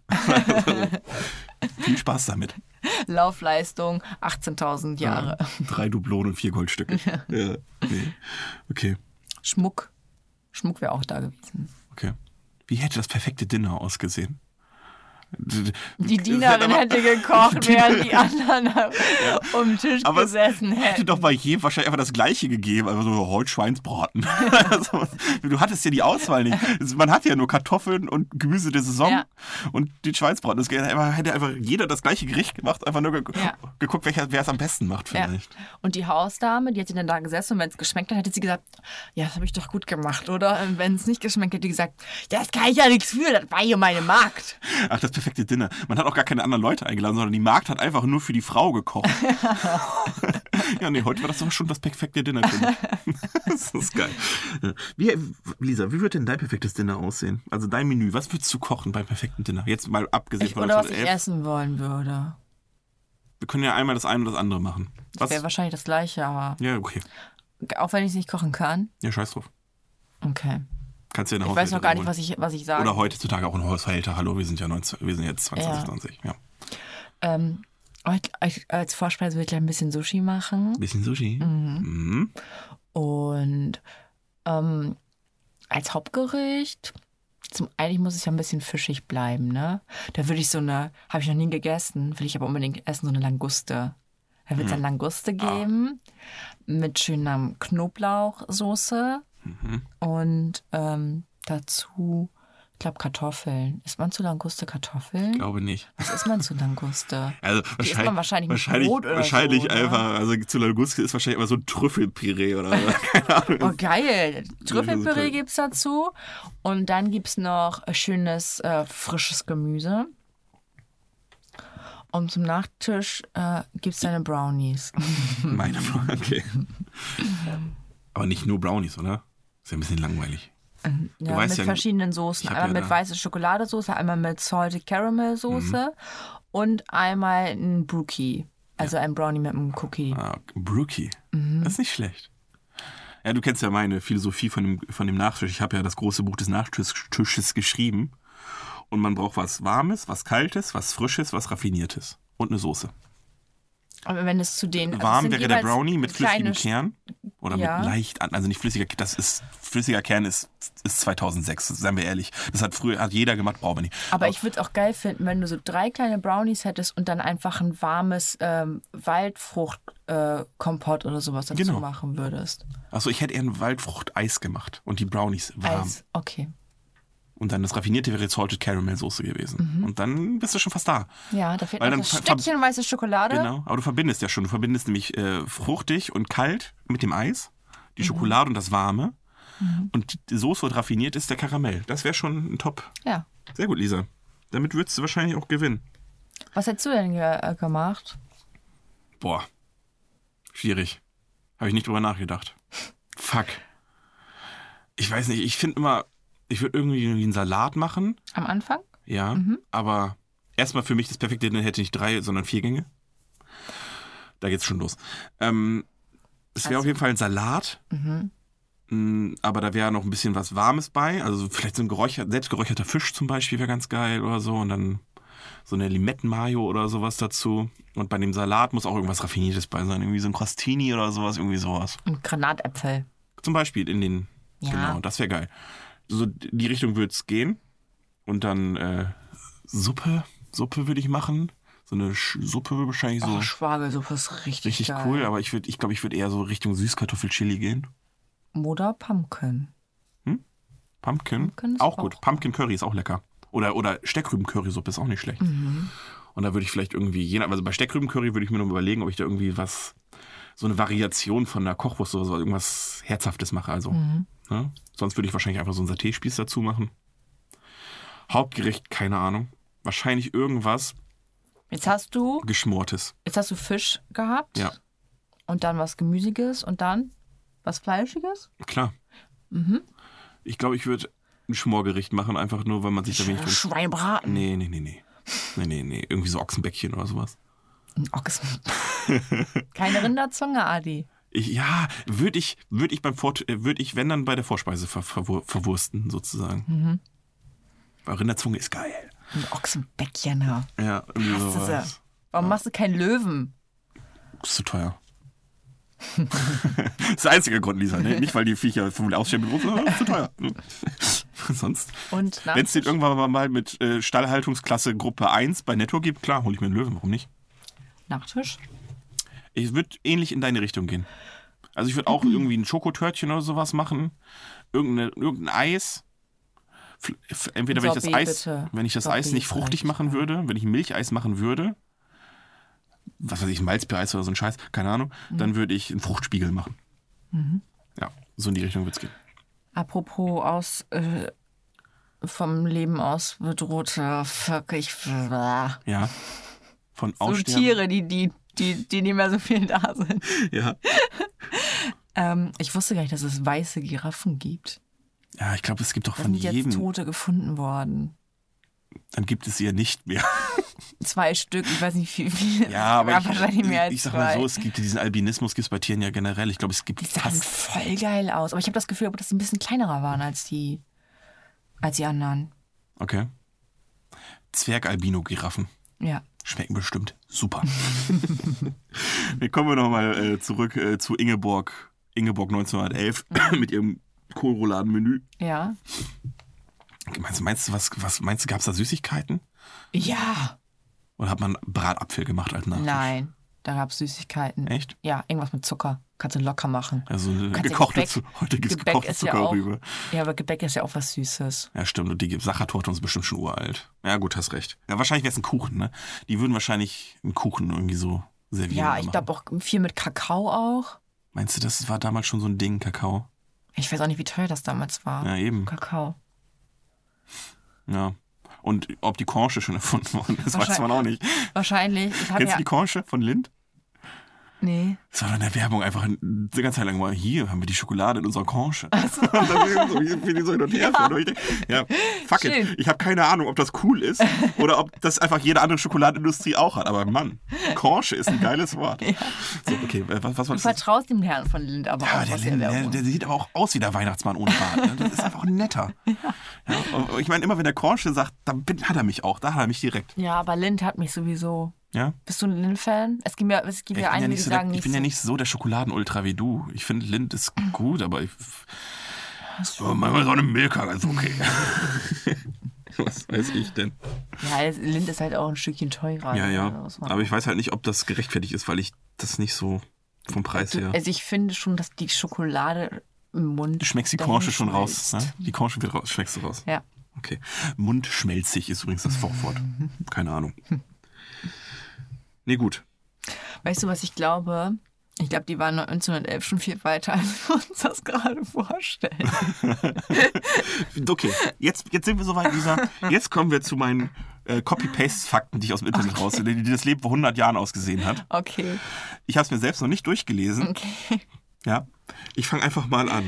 [SPEAKER 2] Viel Spaß damit.
[SPEAKER 1] Laufleistung 18.000 Jahre.
[SPEAKER 2] Drei Dublonen und vier Goldstücke. Ja. Nee. Okay.
[SPEAKER 1] Schmuck. Schmuck wäre auch da gewesen.
[SPEAKER 2] Okay. Wie hätte das perfekte Dinner ausgesehen?
[SPEAKER 1] Die Dienerin hätte gekocht, während die anderen um den Tisch
[SPEAKER 2] Aber es
[SPEAKER 1] gesessen
[SPEAKER 2] hätte
[SPEAKER 1] hätten.
[SPEAKER 2] doch bei jedem wahrscheinlich einfach das Gleiche gegeben. Also so heute Schweinsbraten. Also, du hattest ja die Auswahl nicht. Also, Man hat ja nur Kartoffeln und Gemüse der Saison
[SPEAKER 1] Ja.
[SPEAKER 2] und den Schweinsbraten. Das hätte einfach- hätte einfach jeder das gleiche Gericht gemacht, einfach nur ge
[SPEAKER 1] Ja.
[SPEAKER 2] geguckt, welcher, wer es am besten macht
[SPEAKER 1] Ja.
[SPEAKER 2] vielleicht.
[SPEAKER 1] Und die Hausdame, die hätte dann da gesessen und wenn es geschmeckt hat, hätte sie gesagt, ja, das habe ich doch gut gemacht, oder? Und wenn es nicht geschmeckt hätte, die gesagt, das kann ich ja nichts für, das war hier meine Magd.
[SPEAKER 2] Ach, das perfekte Dinner. Man hat auch gar keine anderen Leute eingeladen, sondern die Magd hat einfach nur für die Frau gekocht. ja, nee, heute war das doch schon das perfekte Dinner. Kinder. das ist geil. Ja. Wie, Lisa, wie wird denn dein perfektes Dinner aussehen? Also dein Menü, was würdest du kochen beim perfekten Dinner? Jetzt mal abgesehen
[SPEAKER 1] Ich,
[SPEAKER 2] von
[SPEAKER 1] oder was ich
[SPEAKER 2] 1911.
[SPEAKER 1] essen wollen würde.
[SPEAKER 2] Wir können ja einmal das eine und das andere machen.
[SPEAKER 1] Das wäre
[SPEAKER 2] Was?
[SPEAKER 1] wahrscheinlich das Gleiche, aber
[SPEAKER 2] Ja, okay.
[SPEAKER 1] auch wenn ich es nicht kochen kann.
[SPEAKER 2] Ja, scheiß drauf.
[SPEAKER 1] Okay.
[SPEAKER 2] Kannst du ja eine
[SPEAKER 1] Ich weiß noch gar nicht, was
[SPEAKER 2] Haushälterin
[SPEAKER 1] ich, was ich sage.
[SPEAKER 2] holen. Oder heutzutage auch ein Haushälter. Hallo, wir sind ja 19, wir sind jetzt 2020. Ja.
[SPEAKER 1] Ähm, als Vorspeise würde ich gleich ein bisschen Sushi machen.
[SPEAKER 2] Bisschen Sushi. Mhm.
[SPEAKER 1] Und ähm, als Hauptgericht, zum, eigentlich muss es ja ein bisschen fischig bleiben, ne? Da würde ich so eine, habe ich noch nie gegessen, will ich aber unbedingt essen, so eine Languste. Da wird es eine Languste geben mit schöner Knoblauchsoße und ähm, dazu, ich glaube, Kartoffeln. Isst man zu Languste Kartoffeln?
[SPEAKER 2] Glaube nicht.
[SPEAKER 1] Was isst man zu Languste?
[SPEAKER 2] Also
[SPEAKER 1] isst man wahrscheinlich mit Brot oder
[SPEAKER 2] wahrscheinlich
[SPEAKER 1] so, ne?
[SPEAKER 2] einfach, also zu Languste ist wahrscheinlich immer so ein Trüffelpüree oder so. keine Ahnung.
[SPEAKER 1] Oh, geil.
[SPEAKER 2] Trüffelpüree.
[SPEAKER 1] Trüffelpüree gibt es dazu. Und dann gibt es noch schönes, äh, frisches Gemüse. Und zum Nachtisch äh, gibt es deine Brownies.
[SPEAKER 2] Meine Frage, okay. Aber nicht nur Brownies, oder? Ist ja ein bisschen langweilig.
[SPEAKER 1] Ja,
[SPEAKER 2] weißt
[SPEAKER 1] mit
[SPEAKER 2] ja,
[SPEAKER 1] verschiedenen Soßen.
[SPEAKER 2] ich hab
[SPEAKER 1] Einmal
[SPEAKER 2] ja
[SPEAKER 1] mit
[SPEAKER 2] da-
[SPEAKER 1] weißer Schokoladesoße, einmal mit Salted Caramel Soße
[SPEAKER 2] Mhm.
[SPEAKER 1] und einmal ein Brookie. Also ein Brownie mit einem Cookie.
[SPEAKER 2] Ah, Brookie.
[SPEAKER 1] Mhm.
[SPEAKER 2] Das ist nicht schlecht. Ja, du kennst ja meine Philosophie von dem, von dem Nachtisch. Ich habe ja das große Buch des Nachtisches geschrieben. Und man braucht was Warmes, was Kaltes, was Frisches, was Raffiniertes. Und eine Soße.
[SPEAKER 1] Aber wenn es zu den. also es
[SPEAKER 2] Warm
[SPEAKER 1] sind
[SPEAKER 2] wäre der
[SPEAKER 1] jeweils
[SPEAKER 2] Brownie mit flüssigem
[SPEAKER 1] kleine
[SPEAKER 2] Kern. Oder
[SPEAKER 1] Ja.
[SPEAKER 2] mit leicht, an- also nicht flüssiger Kern. Das ist, flüssiger Kern ist, ist 2006, seien wir ehrlich. Das hat früher, hat jeder gemacht, brauchen wir nicht.
[SPEAKER 1] Aber ich würde es auch geil finden, wenn du so drei kleine Brownies hättest und dann einfach ein warmes ähm, Waldfruchtkompott äh, Kompott oder sowas dazu
[SPEAKER 2] Genau.
[SPEAKER 1] machen würdest.
[SPEAKER 2] Achso, ich hätte eher ein Waldfrucht-Eis gemacht. Und die Brownies warm.
[SPEAKER 1] Als, okay.
[SPEAKER 2] Und dann das raffinierte wäre Salted Caramel Soße gewesen. Und dann bist du schon fast da.
[SPEAKER 1] Mhm. Ja, da fehlt
[SPEAKER 2] Weil
[SPEAKER 1] noch
[SPEAKER 2] dann
[SPEAKER 1] das
[SPEAKER 2] ver- ver-
[SPEAKER 1] Stückchen weiße Schokolade.
[SPEAKER 2] Genau. Aber du verbindest ja schon. Du verbindest nämlich äh, fruchtig und kalt mit dem Eis, die
[SPEAKER 1] Mhm.
[SPEAKER 2] Schokolade und das Warme. Und die Soße wird raffiniert, ist der Karamell. Das wäre schon ein Top.
[SPEAKER 1] Ja.
[SPEAKER 2] Sehr gut, Lisa. Damit würdest du wahrscheinlich auch gewinnen.
[SPEAKER 1] Was hättest du denn ge äh, gemacht?
[SPEAKER 2] Boah. Schwierig. Habe ich nicht drüber nachgedacht. Fuck. Ich weiß nicht, ich finde immer, ich würde irgendwie einen Salat machen.
[SPEAKER 1] Am Anfang?
[SPEAKER 2] Ja, aber erstmal für mich das perfekte Dinner hätte nicht drei, sondern vier Gänge. Da geht's schon los. Ähm, es wäre auf jeden Fall ein Salat, Mm, aber da wäre noch ein bisschen was Warmes bei. Also vielleicht so ein geräuchert, selbst geräucherter Fisch zum Beispiel wäre ganz geil oder so. Und dann so eine Limettenmayo oder sowas dazu. Und bei dem Salat muss auch irgendwas Raffiniertes bei sein. Irgendwie so ein Crostini oder sowas, irgendwie sowas.
[SPEAKER 1] Und Granatäpfel.
[SPEAKER 2] Zum Beispiel in den.
[SPEAKER 1] Ja.
[SPEAKER 2] Genau, das wäre geil. So die Richtung würde es gehen. Und dann äh, Suppe. Suppe würde ich machen. So eine Sch Suppe wahrscheinlich so.
[SPEAKER 1] Oh, Spargelsuppe ist richtig,
[SPEAKER 2] richtig
[SPEAKER 1] geil.
[SPEAKER 2] cool, aber ich würde, ich glaube, ich würde eher so Richtung Süßkartoffel-Chili gehen.
[SPEAKER 1] Oder Pumpkin.
[SPEAKER 2] Pumpkin.
[SPEAKER 1] Pumpkin ist
[SPEAKER 2] auch
[SPEAKER 1] auch
[SPEAKER 2] gut.
[SPEAKER 1] gut.
[SPEAKER 2] Pumpkin Curry ist auch lecker. Oder, oder Steckrüben-Curry-Suppe ist auch nicht schlecht.
[SPEAKER 1] Mhm.
[SPEAKER 2] Und da würde ich vielleicht irgendwie, je nach, also bei Steckrüben-Curry würde ich mir noch überlegen, ob ich da irgendwie was, so eine Variation von einer Kochwurst oder so, irgendwas Herzhaftes mache. Also,
[SPEAKER 1] Mhm.
[SPEAKER 2] ne? Sonst würde ich wahrscheinlich einfach so einen Saté-Spieß dazu machen. Hauptgericht, keine Ahnung. Wahrscheinlich irgendwas
[SPEAKER 1] Jetzt hast du,
[SPEAKER 2] Geschmortes.
[SPEAKER 1] jetzt hast du Fisch gehabt
[SPEAKER 2] Ja,
[SPEAKER 1] und dann was Gemüsiges und dann was Fleischiges?
[SPEAKER 2] klar.
[SPEAKER 1] Mhm.
[SPEAKER 2] Ich glaube, ich würde ein Schmorgericht machen, einfach nur, weil man sich da wenig drum-
[SPEAKER 1] Schweinbraten.
[SPEAKER 2] Nee, nee, nee, nee. Nee, nee, nee. Irgendwie so Ochsenbäckchen oder sowas.
[SPEAKER 1] Ein Ochsen. Keine Rinderzunge, Adi.
[SPEAKER 2] Ich, ja, würde ich, würde ich beim Fort, würde ich, wenn dann bei der Vorspeise ver, verwur, verwursten, sozusagen. Weil Rinderzunge ist geil.
[SPEAKER 1] Ein Ochsenbäckchen, ja.
[SPEAKER 2] Ja, irgendwie
[SPEAKER 1] Das ist ja.
[SPEAKER 2] sowas.
[SPEAKER 1] Warum machst du keinen Löwen?
[SPEAKER 2] Ist zu teuer. das ist der einzige Grund, Lisa. Ne? Nicht, weil die Viecher vom Aussterben bedroht sind, sondern zu teuer. Sonst.
[SPEAKER 1] Und
[SPEAKER 2] Wenn es den
[SPEAKER 1] Nachtisch?
[SPEAKER 2] irgendwann mal mit äh, Stallhaltungsklasse Gruppe 1 bei Netto gibt, klar, hole ich mir einen Löwen, warum nicht?
[SPEAKER 1] Nachtisch?
[SPEAKER 2] Ich würde ähnlich in deine Richtung gehen. Also ich würde auch
[SPEAKER 1] Mhm.
[SPEAKER 2] irgendwie ein Schokotörtchen oder sowas machen, irgendeine, irgendein Eis. F- f- Entweder wenn ich das
[SPEAKER 1] Sorbet,
[SPEAKER 2] Eis,
[SPEAKER 1] bitte.
[SPEAKER 2] wenn ich das
[SPEAKER 1] Sorbet
[SPEAKER 2] Eis nicht
[SPEAKER 1] ist
[SPEAKER 2] fruchtig
[SPEAKER 1] eigentlich
[SPEAKER 2] machen würde, wenn ich ein Milcheis machen würde, was weiß ich, ein Malzbeereis oder so ein Scheiß, keine Ahnung,
[SPEAKER 1] Mhm.
[SPEAKER 2] dann würde ich einen Fruchtspiegel machen. Ja, so in die Richtung wird's gehen.
[SPEAKER 1] Apropos aus äh, vom Leben aus bedrohte, wirklich äh, so
[SPEAKER 2] Ja. Von Aussterben.
[SPEAKER 1] Tiere, die, die, die, die nicht mehr so viel da sind.
[SPEAKER 2] Ja.
[SPEAKER 1] Ähm, ich wusste gar nicht, dass es weiße Giraffen gibt.
[SPEAKER 2] ja, ich glaube, es gibt doch
[SPEAKER 1] Da
[SPEAKER 2] von
[SPEAKER 1] sind jetzt
[SPEAKER 2] jedem.
[SPEAKER 1] Tote gefunden worden.
[SPEAKER 2] Dann gibt es sie ja nicht mehr.
[SPEAKER 1] Zwei Stück, ich weiß nicht wie viele.
[SPEAKER 2] Ja, aber ich,
[SPEAKER 1] wahrscheinlich mehr als
[SPEAKER 2] ich sag mal
[SPEAKER 1] zwei.
[SPEAKER 2] so, es gibt diesen Albinismus gibt es bei Tieren ja generell. Ich glaube, es gibt
[SPEAKER 1] die sahen
[SPEAKER 2] fast
[SPEAKER 1] voll geil aus. Aber ich habe das Gefühl, dass sie ein bisschen kleinerer waren als die, als die anderen.
[SPEAKER 2] Okay. Zwergalbino-Giraffen.
[SPEAKER 1] Ja.
[SPEAKER 2] Schmecken bestimmt super. Dann kommen wir nochmal äh, zurück äh, zu Ingeborg Ingeborg 1911 mit ihrem Kohlrouladenmenü.
[SPEAKER 1] Ja.
[SPEAKER 2] Meinst, meinst du, was, was meinst du, gab es da Süßigkeiten?
[SPEAKER 1] Ja.
[SPEAKER 2] Oder hat man Bratapfel gemacht als Nachtisch?
[SPEAKER 1] Nein, da gab es Süßigkeiten.
[SPEAKER 2] Echt?
[SPEAKER 1] Ja, irgendwas mit Zucker. Kannst du locker machen.
[SPEAKER 2] Also äh,
[SPEAKER 1] Kannst ja
[SPEAKER 2] gekochte
[SPEAKER 1] Gebäck-
[SPEAKER 2] Zu- heute gibt es
[SPEAKER 1] Gebäck
[SPEAKER 2] gekochte
[SPEAKER 1] ist ja
[SPEAKER 2] Zucker
[SPEAKER 1] auch-
[SPEAKER 2] rüber.
[SPEAKER 1] Ja, aber Gebäck ist ja auch was Süßes.
[SPEAKER 2] Ja, stimmt. Und die Sachertorte ist bestimmt schon uralt. Ja, gut, hast recht. Ja, wahrscheinlich wäre es ein Kuchen, ne? Die würden wahrscheinlich einen Kuchen irgendwie so servieren.
[SPEAKER 1] Ja,
[SPEAKER 2] oder
[SPEAKER 1] ich
[SPEAKER 2] machen.
[SPEAKER 1] glaube auch viel mit Kakao auch.
[SPEAKER 2] Meinst du, das war damals schon so ein Ding, Kakao?
[SPEAKER 1] Ich weiß auch nicht, wie teuer das damals war.
[SPEAKER 2] Ja, eben.
[SPEAKER 1] Kakao.
[SPEAKER 2] Ja. Und ob die Korsche schon erfunden worden ist, weiß man auch nicht.
[SPEAKER 1] Wahrscheinlich. Ich habe
[SPEAKER 2] Kennst
[SPEAKER 1] ja.
[SPEAKER 2] du die Korsche von Lind?
[SPEAKER 1] Nee.
[SPEAKER 2] Das war doch in der Werbung einfach eine ganze Zeit lang mal, hier haben wir die Schokolade in unserer Korsche. Und dann bin ich so, wie- wie die so hin und her ja. Und ich denk, ja, fuck
[SPEAKER 1] Schön.
[SPEAKER 2] it. Ich habe keine Ahnung, ob das cool ist oder ob das einfach jede andere Schokoladenindustrie auch hat. Aber Mann, Korsche ist ein geiles Wort. So, okay, äh, was, was war
[SPEAKER 1] Du
[SPEAKER 2] das? jetzt?
[SPEAKER 1] vertraust dem Herrn von Lind aber
[SPEAKER 2] Ja,
[SPEAKER 1] auch.
[SPEAKER 2] der,
[SPEAKER 1] was
[SPEAKER 2] Lin,
[SPEAKER 1] er
[SPEAKER 2] der,
[SPEAKER 1] Werbung-
[SPEAKER 2] der sieht aber auch aus wie der Weihnachtsmann ohne Bart. Ne? Das ist einfach netter. Ja, und ich meine, immer wenn der Korsche sagt, dann bin, hat er mich auch, da hat er mich direkt.
[SPEAKER 1] ja, aber Lind hat mich sowieso.
[SPEAKER 2] Ja?
[SPEAKER 1] Bist du ein Lind-Fan? Es gibt ja, es gibt ja
[SPEAKER 2] Ich bin, ja
[SPEAKER 1] einige,
[SPEAKER 2] nicht
[SPEAKER 1] die
[SPEAKER 2] so der,
[SPEAKER 1] sagen
[SPEAKER 2] ich
[SPEAKER 1] nicht.
[SPEAKER 2] bin ja nicht so Hm. der Schokoladenultra wie du. Ich finde Lind ist gut, aber ich, aber manchmal ist auch eine Milka ganz okay. Was weiß ich denn?
[SPEAKER 1] so- Ja, das- Lind ist halt auch ein Stückchen teurer.
[SPEAKER 2] Ja,
[SPEAKER 1] Also
[SPEAKER 2] ja.
[SPEAKER 1] muss man-
[SPEAKER 2] Aber ich weiß halt nicht, ob das gerechtfertigt ist, weil ich das nicht so vom Preis her.
[SPEAKER 1] Also ich finde schon, dass die Schokolade im Mund.
[SPEAKER 2] Du schmeckst die
[SPEAKER 1] dahin
[SPEAKER 2] Korsche schon raus.
[SPEAKER 1] schmilzt.
[SPEAKER 2] Ne? Die Korsche wird raus, schmeckst du raus.
[SPEAKER 1] Ja.
[SPEAKER 2] Okay. Mundschmelzig ist übrigens das Vorwort. Keine Ahnung. Nee, gut.
[SPEAKER 1] Weißt du, was ich glaube? Ich glaube, die waren 1911 schon viel weiter, als wir uns das gerade vorstellen.
[SPEAKER 2] Okay, jetzt, jetzt sind wir soweit, Lisa. Jetzt kommen wir zu meinen äh, Copy-Paste-Fakten, die ich aus dem Internet raus, die, die das Leben vor 100 Jahren ausgesehen hat.
[SPEAKER 1] Okay.
[SPEAKER 2] Ich habe es mir selbst noch nicht durchgelesen.
[SPEAKER 1] Okay.
[SPEAKER 2] Ja. Ich fange einfach mal an.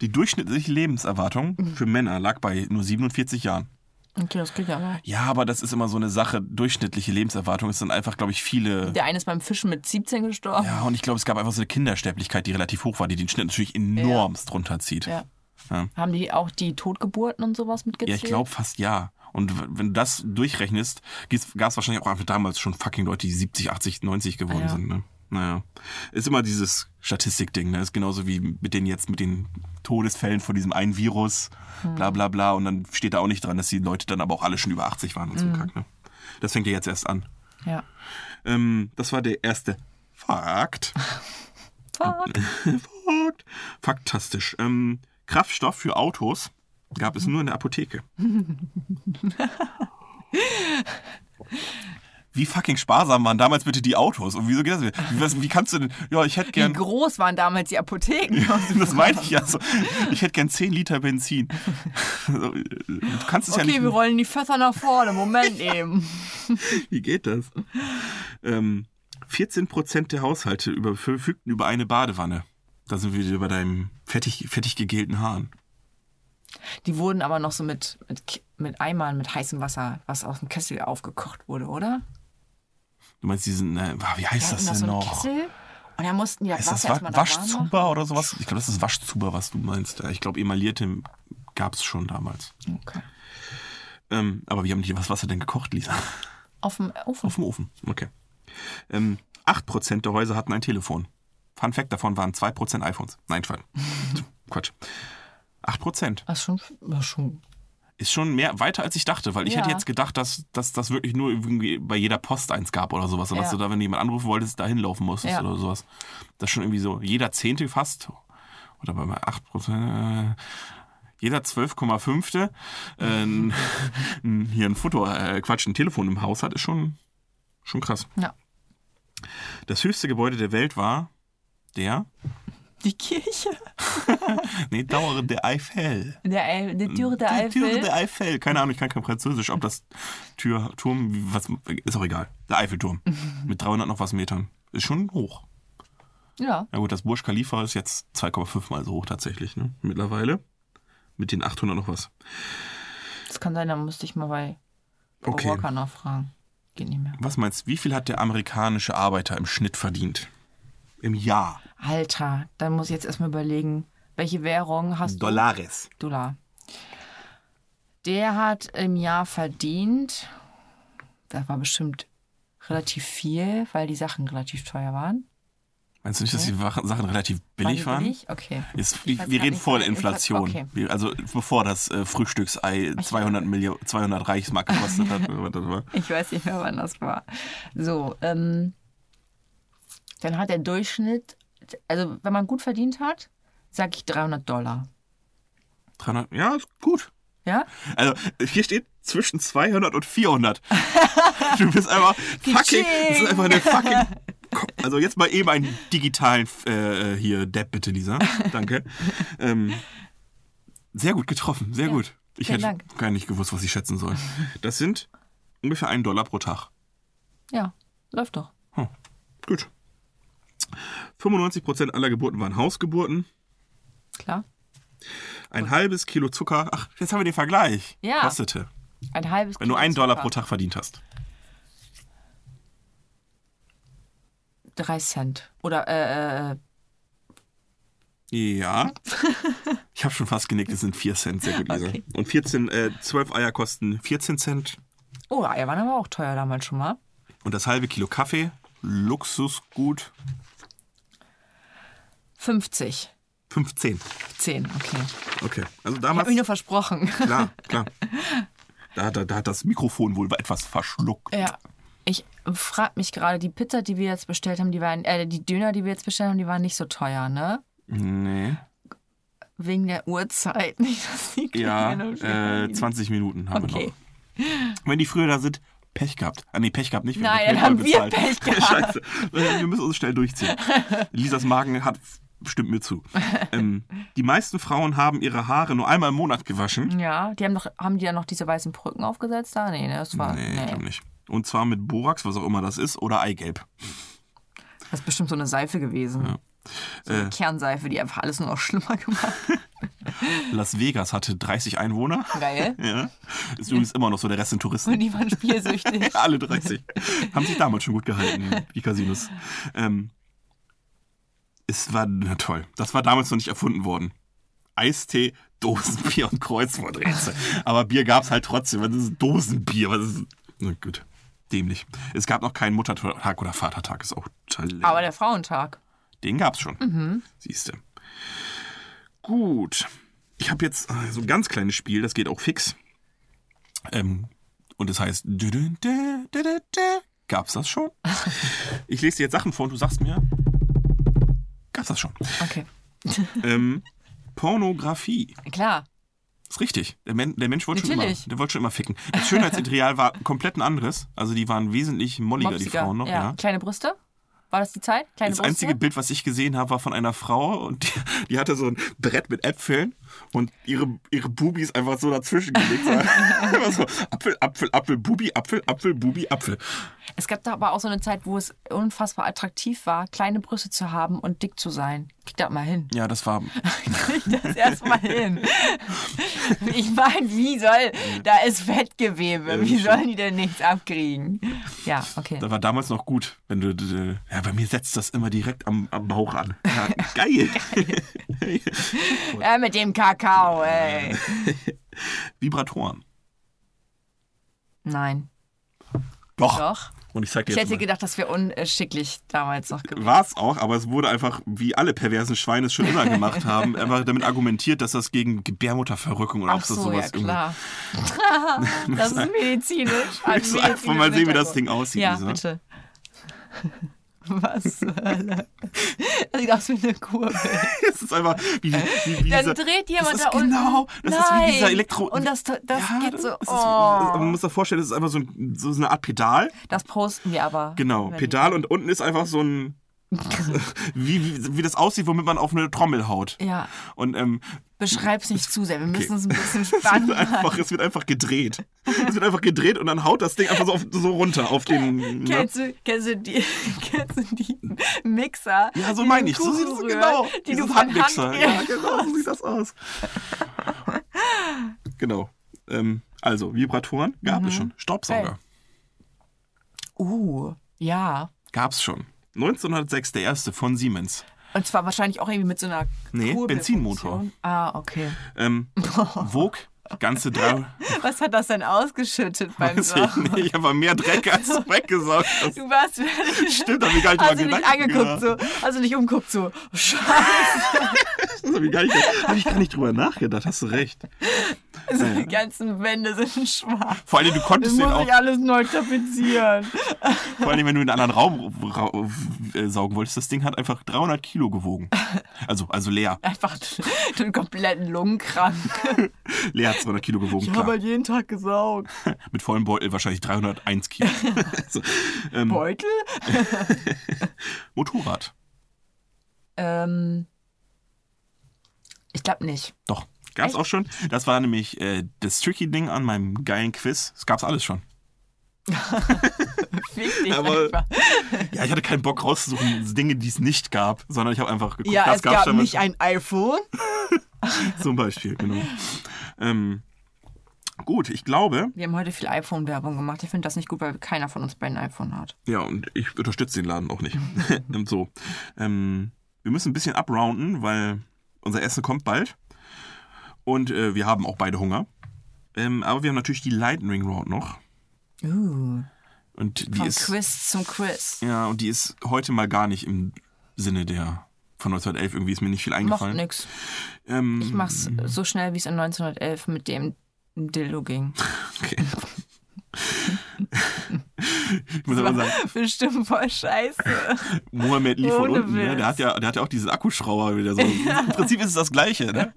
[SPEAKER 2] Die durchschnittliche Lebenserwartung für Männer lag bei nur 47 Jahren.
[SPEAKER 1] Okay, das kriegt ja aber.
[SPEAKER 2] Ja, aber das ist immer so eine Sache. Durchschnittliche Lebenserwartung ist dann einfach, glaube ich, viele.
[SPEAKER 1] Der eine ist beim Fischen mit 17 gestorben.
[SPEAKER 2] Ja, und ich glaube, es gab einfach so eine Kindersterblichkeit, die relativ hoch war, die den Schnitt natürlich enormst drunter zieht.
[SPEAKER 1] Ja.
[SPEAKER 2] Ja.
[SPEAKER 1] Haben die auch die Totgeburten und sowas
[SPEAKER 2] Ja,
[SPEAKER 1] mitgezählt?
[SPEAKER 2] ich glaube fast ja. Und w- wenn du das durchrechnest, gab es wahrscheinlich auch einfach damals schon fucking Leute, die 70, 80, 90 geworden
[SPEAKER 1] Ja.
[SPEAKER 2] sind. Ne? Naja. Ist immer dieses Statistikding, ne? Ist genauso wie mit den jetzt, mit den Todesfällen von diesem einen Virus, bla bla bla. Und dann steht da auch nicht dran, dass die Leute dann aber auch alle schon über 80 waren und so Kack, ne? Das fängt ja jetzt erst an.
[SPEAKER 1] Ja.
[SPEAKER 2] Ähm, das war der erste Fakt.
[SPEAKER 1] Fuck.
[SPEAKER 2] Fakt. Faktastisch. Ähm, Kraftstoff für Autos gab es nur in der Apotheke. Wie fucking sparsam waren damals bitte die Autos? Und wieso geht das? Wie, was, wie kannst du denn. Ja, ich hätte
[SPEAKER 1] Wie
[SPEAKER 2] gern.
[SPEAKER 1] groß waren damals die Apotheken?
[SPEAKER 2] Das meine ich ja so. Ich hätte gern 10 Liter Benzin. Also, Du kannst es ja
[SPEAKER 1] Okay,
[SPEAKER 2] nicht.
[SPEAKER 1] wir rollen die Fässer nach vorne. Moment eben.
[SPEAKER 2] Wie geht das? Ähm, 14% der Haushalte über, verfügten über eine Badewanne. Da sind wir wieder bei deinem fettig, fettig gegelten Haaren.
[SPEAKER 1] Die wurden aber noch so mit, mit, Ki- mit Eimern mit heißem Wasser, was aus dem Kessel aufgekocht wurde, oder?
[SPEAKER 2] Du meinst diesen, äh, ah, wie heißt
[SPEAKER 1] Die hatten
[SPEAKER 2] das
[SPEAKER 1] da
[SPEAKER 2] denn
[SPEAKER 1] so einen
[SPEAKER 2] noch?
[SPEAKER 1] Kessel und da mussten die das
[SPEAKER 2] Ist das
[SPEAKER 1] Wasser
[SPEAKER 2] Wa
[SPEAKER 1] erstmal da warm machen.
[SPEAKER 2] Waschzuber oder sowas? Ich glaube, das ist Waschzuber, was du meinst. Ja, Ich glaube, emaillierte gab es schon damals.
[SPEAKER 1] Okay.
[SPEAKER 2] Ähm, aber wie haben die das Wasser denn gekocht, Lisa?
[SPEAKER 1] Auf dem Ofen.
[SPEAKER 2] Auf dem Ofen. Okay. Ähm, 8% der Häuser hatten ein Telefon. Fun Fact, davon waren 2% iPhones. Nein, Quatsch. Quatsch. 8%.
[SPEAKER 1] Das ist schon, das ist schon
[SPEAKER 2] Ist schon mehr weiter als ich dachte, weil ich
[SPEAKER 1] Ja.
[SPEAKER 2] hätte jetzt gedacht, dass dass das wirklich nur irgendwie bei jeder Post eins gab oder sowas. Und dass
[SPEAKER 1] Ja.
[SPEAKER 2] du da, wenn jemand anrufen wolltest, da hinlaufen musstest
[SPEAKER 1] Ja.
[SPEAKER 2] oder sowas. Das ist schon irgendwie so jeder Zehnte fast. Oder bei 8 Prozent. Äh, jeder 12,5. Äh, n- n- hier ein Foto, äh, Quatsch, ein Telefon im Haus hat, ist schon, schon krass.
[SPEAKER 1] Ja.
[SPEAKER 2] Das höchste Gebäude der Welt war der,
[SPEAKER 1] die Kirche.
[SPEAKER 2] nee, Dauer der Eiffel.
[SPEAKER 1] Der, Ei- der Tür der
[SPEAKER 2] Die
[SPEAKER 1] Eifel.
[SPEAKER 2] Türe der Eifel. Keine Ahnung, ich kann kein Französisch. Ob das Tür, Turm, was, ist auch egal. Der Eiffelturm. Mit 300 noch was Metern. Ist schon hoch.
[SPEAKER 1] ja.
[SPEAKER 2] Na gut, das Burj Khalifa ist jetzt 2,5 Mal so hoch tatsächlich, ne? Mittlerweile. Mit den 800 noch was.
[SPEAKER 1] Das kann sein, da müsste ich mal bei Paul
[SPEAKER 2] Okay.
[SPEAKER 1] Walker nachfragen. Geht nicht mehr.
[SPEAKER 2] Was meinst du, wie viel hat der amerikanische Arbeiter im Schnitt verdient? Im Jahr.
[SPEAKER 1] Alter, dann muss ich jetzt erstmal überlegen, welche Währung hast
[SPEAKER 2] Dollares.
[SPEAKER 1] du? Dollar. Der hat im Jahr verdient, das war bestimmt relativ viel, weil die Sachen relativ teuer waren.
[SPEAKER 2] Meinst du nicht, dass die Wach- Sachen relativ billig
[SPEAKER 1] Waren
[SPEAKER 2] waren?
[SPEAKER 1] die billig? Okay.
[SPEAKER 2] Ist,
[SPEAKER 1] Ich
[SPEAKER 2] wir
[SPEAKER 1] weiß
[SPEAKER 2] wir
[SPEAKER 1] gar
[SPEAKER 2] reden
[SPEAKER 1] nicht,
[SPEAKER 2] vor
[SPEAKER 1] aber
[SPEAKER 2] der Inflation.
[SPEAKER 1] Inflation- okay.
[SPEAKER 2] Wir- Also bevor das äh, Frühstücksei 200, Milio 200 Reichsmark gekostet hat. oder was das war.
[SPEAKER 1] Ich weiß nicht mehr, wann das war. So, ähm, dann hat der Durchschnitt, also wenn man gut verdient hat, sag ich 300 Dollar.
[SPEAKER 2] 300, ja, ist gut.
[SPEAKER 1] Ja?
[SPEAKER 2] Also hier steht zwischen 200 und 400. Du bist einfach fucking, das ist einfach eine fucking... Also jetzt mal eben einen digitalen äh, hier Depp bitte, Lisa. Danke. Ähm, sehr gut getroffen, sehr gut. Ich
[SPEAKER 1] vielen
[SPEAKER 2] hätte
[SPEAKER 1] Dank.
[SPEAKER 2] gar nicht gewusst, was ich schätzen soll. Das sind ungefähr einen Dollar pro Tag.
[SPEAKER 1] Ja, läuft doch.
[SPEAKER 2] Gut. 95% aller Geburten waren Hausgeburten.
[SPEAKER 1] Klar.
[SPEAKER 2] Ein halbes Kilo Zucker. Ach, jetzt haben wir den Vergleich.
[SPEAKER 1] Ja.
[SPEAKER 2] Kostete.
[SPEAKER 1] Ein halbes
[SPEAKER 2] Wenn du
[SPEAKER 1] Kilo
[SPEAKER 2] einen Dollar
[SPEAKER 1] Zucker.
[SPEAKER 2] pro Tag verdient hast.
[SPEAKER 1] Drei Cent. Oder, äh, äh,
[SPEAKER 2] Ja. Ich habe schon fast genickt, es sind 4 Cent. Sehr gut, Lisa.
[SPEAKER 1] Okay.
[SPEAKER 2] Und 14, äh, 12 Eier kosten 14 Cent.
[SPEAKER 1] oh, Eier waren aber auch teuer damals schon mal.
[SPEAKER 2] Und das halbe Kilo Kaffee, Luxusgut,
[SPEAKER 1] 50.
[SPEAKER 2] 15.
[SPEAKER 1] 10, okay.
[SPEAKER 2] Okay.
[SPEAKER 1] Ich habe
[SPEAKER 2] Also
[SPEAKER 1] mich
[SPEAKER 2] damals.
[SPEAKER 1] nur versprochen.
[SPEAKER 2] Klar, klar. Da, hat- da, da hat das Mikrofon wohl etwas verschluckt.
[SPEAKER 1] Ja. Ich frage mich gerade, die Pizza, die wir jetzt bestellt haben, die waren, äh, die Döner, die wir jetzt bestellt haben, die waren nicht so teuer, ne?
[SPEAKER 2] Nee.
[SPEAKER 1] Wegen der Uhrzeit. Nicht, dass die
[SPEAKER 2] Ja,
[SPEAKER 1] kleinen und schlechten
[SPEAKER 2] äh, 20 Minuten haben wir
[SPEAKER 1] Okay.
[SPEAKER 2] noch. Wenn die früher da sind, Pech gehabt. Ah nee, Pech gehabt nicht.
[SPEAKER 1] Nein,
[SPEAKER 2] haben
[SPEAKER 1] dann haben wir
[SPEAKER 2] bezahlt.
[SPEAKER 1] Pech gehabt.
[SPEAKER 2] Scheiße. Wir müssen uns schnell durchziehen. Lisas Magen hat stimmt mir zu. Ähm, die meisten Frauen haben ihre Haare nur einmal im Monat gewaschen.
[SPEAKER 1] Ja, die haben doch, haben die ja noch diese weißen Brücken aufgesetzt da? Nee, ne? Das war.
[SPEAKER 2] Nee, ich
[SPEAKER 1] Nee,
[SPEAKER 2] glaube nicht. Und zwar mit Borax, was auch immer das ist, oder Eigelb.
[SPEAKER 1] Das ist bestimmt so eine Seife gewesen. So
[SPEAKER 2] Äh.
[SPEAKER 1] eine Kernseife, die einfach alles nur noch schlimmer gemacht hat.
[SPEAKER 2] Las Vegas hatte 30 Einwohner.
[SPEAKER 1] Geil.
[SPEAKER 2] Ja. Ist übrigens immer noch so, der Rest sind Touristen.
[SPEAKER 1] Und die waren spielsüchtig.
[SPEAKER 2] Alle 30. Haben sich damals schon gut gehalten, die Casinos. Ähm, es war, na toll, das war damals noch nicht erfunden worden. Eistee, Dosenbier und Kreuzworträtsel. Aber Bier gab es halt trotzdem. Was ist Dosenbier? Was ist. Na gut, dämlich. Es gab noch keinen Muttertag oder Vatertag, ist auch toll.
[SPEAKER 1] Aber der Frauentag.
[SPEAKER 2] Den gab's schon.
[SPEAKER 1] Mhm.
[SPEAKER 2] Siehste. Gut. Ich habe jetzt äh, so ein ganz kleines Spiel, das geht auch fix. Ähm, und es heißt. dü- dü- dü- dü- dü- dü. Gab's das schon? Ich lese dir jetzt Sachen vor und du sagst mir. Gab's das schon?
[SPEAKER 1] Okay.
[SPEAKER 2] Ähm, Pornografie.
[SPEAKER 1] Klar.
[SPEAKER 2] Ist richtig. Der, Men der Mensch wollte schon, immer,
[SPEAKER 1] Natürlich.
[SPEAKER 2] der wollte schon immer ficken. Das Schönheitsideal war komplett ein anderes. Also die waren wesentlich molliger, die
[SPEAKER 1] Mopsiger.
[SPEAKER 2] Frauen noch. Ja.
[SPEAKER 1] Kleine Brüste? War das die Zeit? Kleine
[SPEAKER 2] Das
[SPEAKER 1] Brüste?
[SPEAKER 2] einzige Bild, was ich gesehen habe, war von einer Frau und die, die hatte so ein Brett mit Äpfeln und ihre, ihre Bubis einfach so dazwischen gelegt. So, Immer so Apfel, Apfel, Apfel, Bubi, Apfel, Apfel, Bubi, Apfel.
[SPEAKER 1] es gab da aber auch so eine Zeit, wo es unfassbar attraktiv war, kleine Brüste zu haben und dick zu sein. Krieg das mal hin.
[SPEAKER 2] Ja, das war.
[SPEAKER 1] Krieg das erstmal hin. Ich meine, wie soll. Da ist Fettgewebe. Wie sollen die denn nichts abkriegen? Ja, okay.
[SPEAKER 2] Das war damals noch gut, wenn du- du. Ja, bei mir setzt das immer direkt am, am Bauch an. Ja, geil.
[SPEAKER 1] Ja, Äh, mit dem Kakao, ey.
[SPEAKER 2] Vibratoren.
[SPEAKER 1] Nein.
[SPEAKER 2] Doch.
[SPEAKER 1] Doch.
[SPEAKER 2] Und ich zeig dir
[SPEAKER 1] Ich
[SPEAKER 2] jetzt.
[SPEAKER 1] hätte
[SPEAKER 2] mal.
[SPEAKER 1] gedacht, das wäre unschicklich damals noch gewesen.
[SPEAKER 2] War es auch, aber es wurde einfach, wie alle perversen Schweine es schon immer gemacht haben, einfach damit argumentiert, dass das gegen Gebärmutterverrückung oder
[SPEAKER 1] Ach
[SPEAKER 2] ob das
[SPEAKER 1] so,
[SPEAKER 2] sowas
[SPEAKER 1] ja
[SPEAKER 2] irgendwie-
[SPEAKER 1] klar. das ist medizinisch. Hat
[SPEAKER 2] Willst du einfach
[SPEAKER 1] medizinischen
[SPEAKER 2] mal sehen, wie das
[SPEAKER 1] Hintergrund.
[SPEAKER 2] Ding aussieht,
[SPEAKER 1] Ja,
[SPEAKER 2] Lisa?
[SPEAKER 1] bitte. Was zur Hölle? Das sieht aus wie eine Kurbel.
[SPEAKER 2] Es ist einfach wie, wie, wie
[SPEAKER 1] Dann
[SPEAKER 2] dieser,
[SPEAKER 1] dreht jemand
[SPEAKER 2] das ist
[SPEAKER 1] da unten.
[SPEAKER 2] Genau, das ist wie dieser
[SPEAKER 1] Nein.
[SPEAKER 2] Elektro.
[SPEAKER 1] Und das- das geht so,
[SPEAKER 2] das Ist,
[SPEAKER 1] oh.
[SPEAKER 2] man muss sich vorstellen, das ist einfach so, ein, so eine Art Pedal.
[SPEAKER 1] Das posten wir aber.
[SPEAKER 2] Genau,
[SPEAKER 1] Wenn-
[SPEAKER 2] Pedal und unten ist einfach so ein. wie, wie, wie das aussieht, womit man auf eine Trommel haut.
[SPEAKER 1] Ja,
[SPEAKER 2] Und ähm,
[SPEAKER 1] beschreib's nicht zu sehr. Wir müssen es ein bisschen spannend machen.
[SPEAKER 2] einfach, es wird einfach gedreht. Es wird einfach gedreht und dann haut das Ding einfach so, auf, so runter auf den. ne?
[SPEAKER 1] Kennst du, kennst, du die, kennst du die Mixer?
[SPEAKER 2] Ja, so
[SPEAKER 1] die
[SPEAKER 2] meine
[SPEAKER 1] den
[SPEAKER 2] ich. So
[SPEAKER 1] Kuchen
[SPEAKER 2] sieht es
[SPEAKER 1] rühren,
[SPEAKER 2] genau.
[SPEAKER 1] Die du
[SPEAKER 2] Dieses
[SPEAKER 1] von Hand
[SPEAKER 2] Ja, genau, so sieht das aus. genau. Ähm, also, Vibratoren gab
[SPEAKER 1] Mhm.
[SPEAKER 2] es schon. Staubsauger
[SPEAKER 1] Geil. Uh, ja.
[SPEAKER 2] gab es schon. 1906 der erste von Siemens.
[SPEAKER 1] Und zwar wahrscheinlich auch irgendwie mit so einer
[SPEAKER 2] Nee,
[SPEAKER 1] Kurbelfunktion.
[SPEAKER 2] Benzinmotor.
[SPEAKER 1] Ah, okay.
[SPEAKER 2] Ähm, wog Ganze drei.
[SPEAKER 1] Was hat das denn ausgeschüttet beim
[SPEAKER 2] Weiß ich
[SPEAKER 1] Saugen?
[SPEAKER 2] nicht. Ich habe mehr Dreck als weggesaugt. Das
[SPEAKER 1] Du warst fertig.
[SPEAKER 2] Stimmt, hab ich gar nicht
[SPEAKER 1] Hast
[SPEAKER 2] drüber
[SPEAKER 1] du nicht
[SPEAKER 2] Gedanken
[SPEAKER 1] angeguckt, so. Hast du nicht umguckt, so. Scheiße.
[SPEAKER 2] habe ich, gar nicht- hab ich gar nicht drüber nachgedacht. Hast du recht.
[SPEAKER 1] Die ganzen Wände sind schwarz.
[SPEAKER 2] Vor allem, du
[SPEAKER 1] Das
[SPEAKER 2] konntest den
[SPEAKER 1] muss
[SPEAKER 2] auch.
[SPEAKER 1] ich alles neu tapezieren.
[SPEAKER 2] Vor allem, wenn du in einen anderen Raum ra äh, saugen wolltest, das Ding hat einfach 300 Kilo gewogen. Also, also leer.
[SPEAKER 1] Einfach den kompletten Lungenkrank.
[SPEAKER 2] Leer hat 300 Kilo gewogen,
[SPEAKER 1] Ich
[SPEAKER 2] klar.
[SPEAKER 1] habe halt jeden Tag gesaugt.
[SPEAKER 2] Mit vollem Beutel wahrscheinlich 301 Kilo. so, ähm,
[SPEAKER 1] Beutel?
[SPEAKER 2] Motorrad.
[SPEAKER 1] Ähm, ich glaube nicht.
[SPEAKER 2] Doch. Gab's
[SPEAKER 1] Echt?
[SPEAKER 2] auch schon. Das war nämlich äh, das Tricky-Ding an meinem geilen Quiz. Das gab's alles schon.
[SPEAKER 1] Wichtig
[SPEAKER 2] Aber-
[SPEAKER 1] einfach.
[SPEAKER 2] Ja, ich hatte keinen Bock rauszusuchen, Dinge, die es nicht gab, sondern ich habe einfach geguckt,
[SPEAKER 1] Ja,
[SPEAKER 2] das
[SPEAKER 1] es gab
[SPEAKER 2] damals
[SPEAKER 1] nicht ein iPhone.
[SPEAKER 2] Zum Beispiel, genau. ähm, gut, ich glaube.
[SPEAKER 1] Wir haben heute viel iPhone-Werbung gemacht. Ich finde das nicht gut, weil keiner von uns beiden ein iPhone hat.
[SPEAKER 2] Ja, und ich unterstütze den Laden auch nicht. Ähm, so. Ähm, wir müssen ein bisschen abrounden, weil unser Essen kommt bald. Und äh, wir haben auch beide Hunger. Ähm, aber wir haben natürlich die Lightning Round noch.
[SPEAKER 1] Uh,
[SPEAKER 2] Und die
[SPEAKER 1] vom
[SPEAKER 2] ist.
[SPEAKER 1] Quiz zum Quiz.
[SPEAKER 2] Ja, und die ist heute mal gar nicht im Sinne der von 1911 irgendwie ist mir nicht viel
[SPEAKER 1] Macht
[SPEAKER 2] eingefallen.
[SPEAKER 1] nix.
[SPEAKER 2] Ähm,
[SPEAKER 1] Ich mach's so schnell, wie es in 1911 mit dem Dildo ging.
[SPEAKER 2] Okay. ich muss aber sagen,
[SPEAKER 1] Bestimmt voll scheiße.
[SPEAKER 2] Mohammed lief von
[SPEAKER 1] Ohne
[SPEAKER 2] unten, ne?
[SPEAKER 1] Witz.
[SPEAKER 2] der, hat ja, der hat ja auch diesen Akkuschrauber wieder so. Im Prinzip ist es das Gleiche, ne?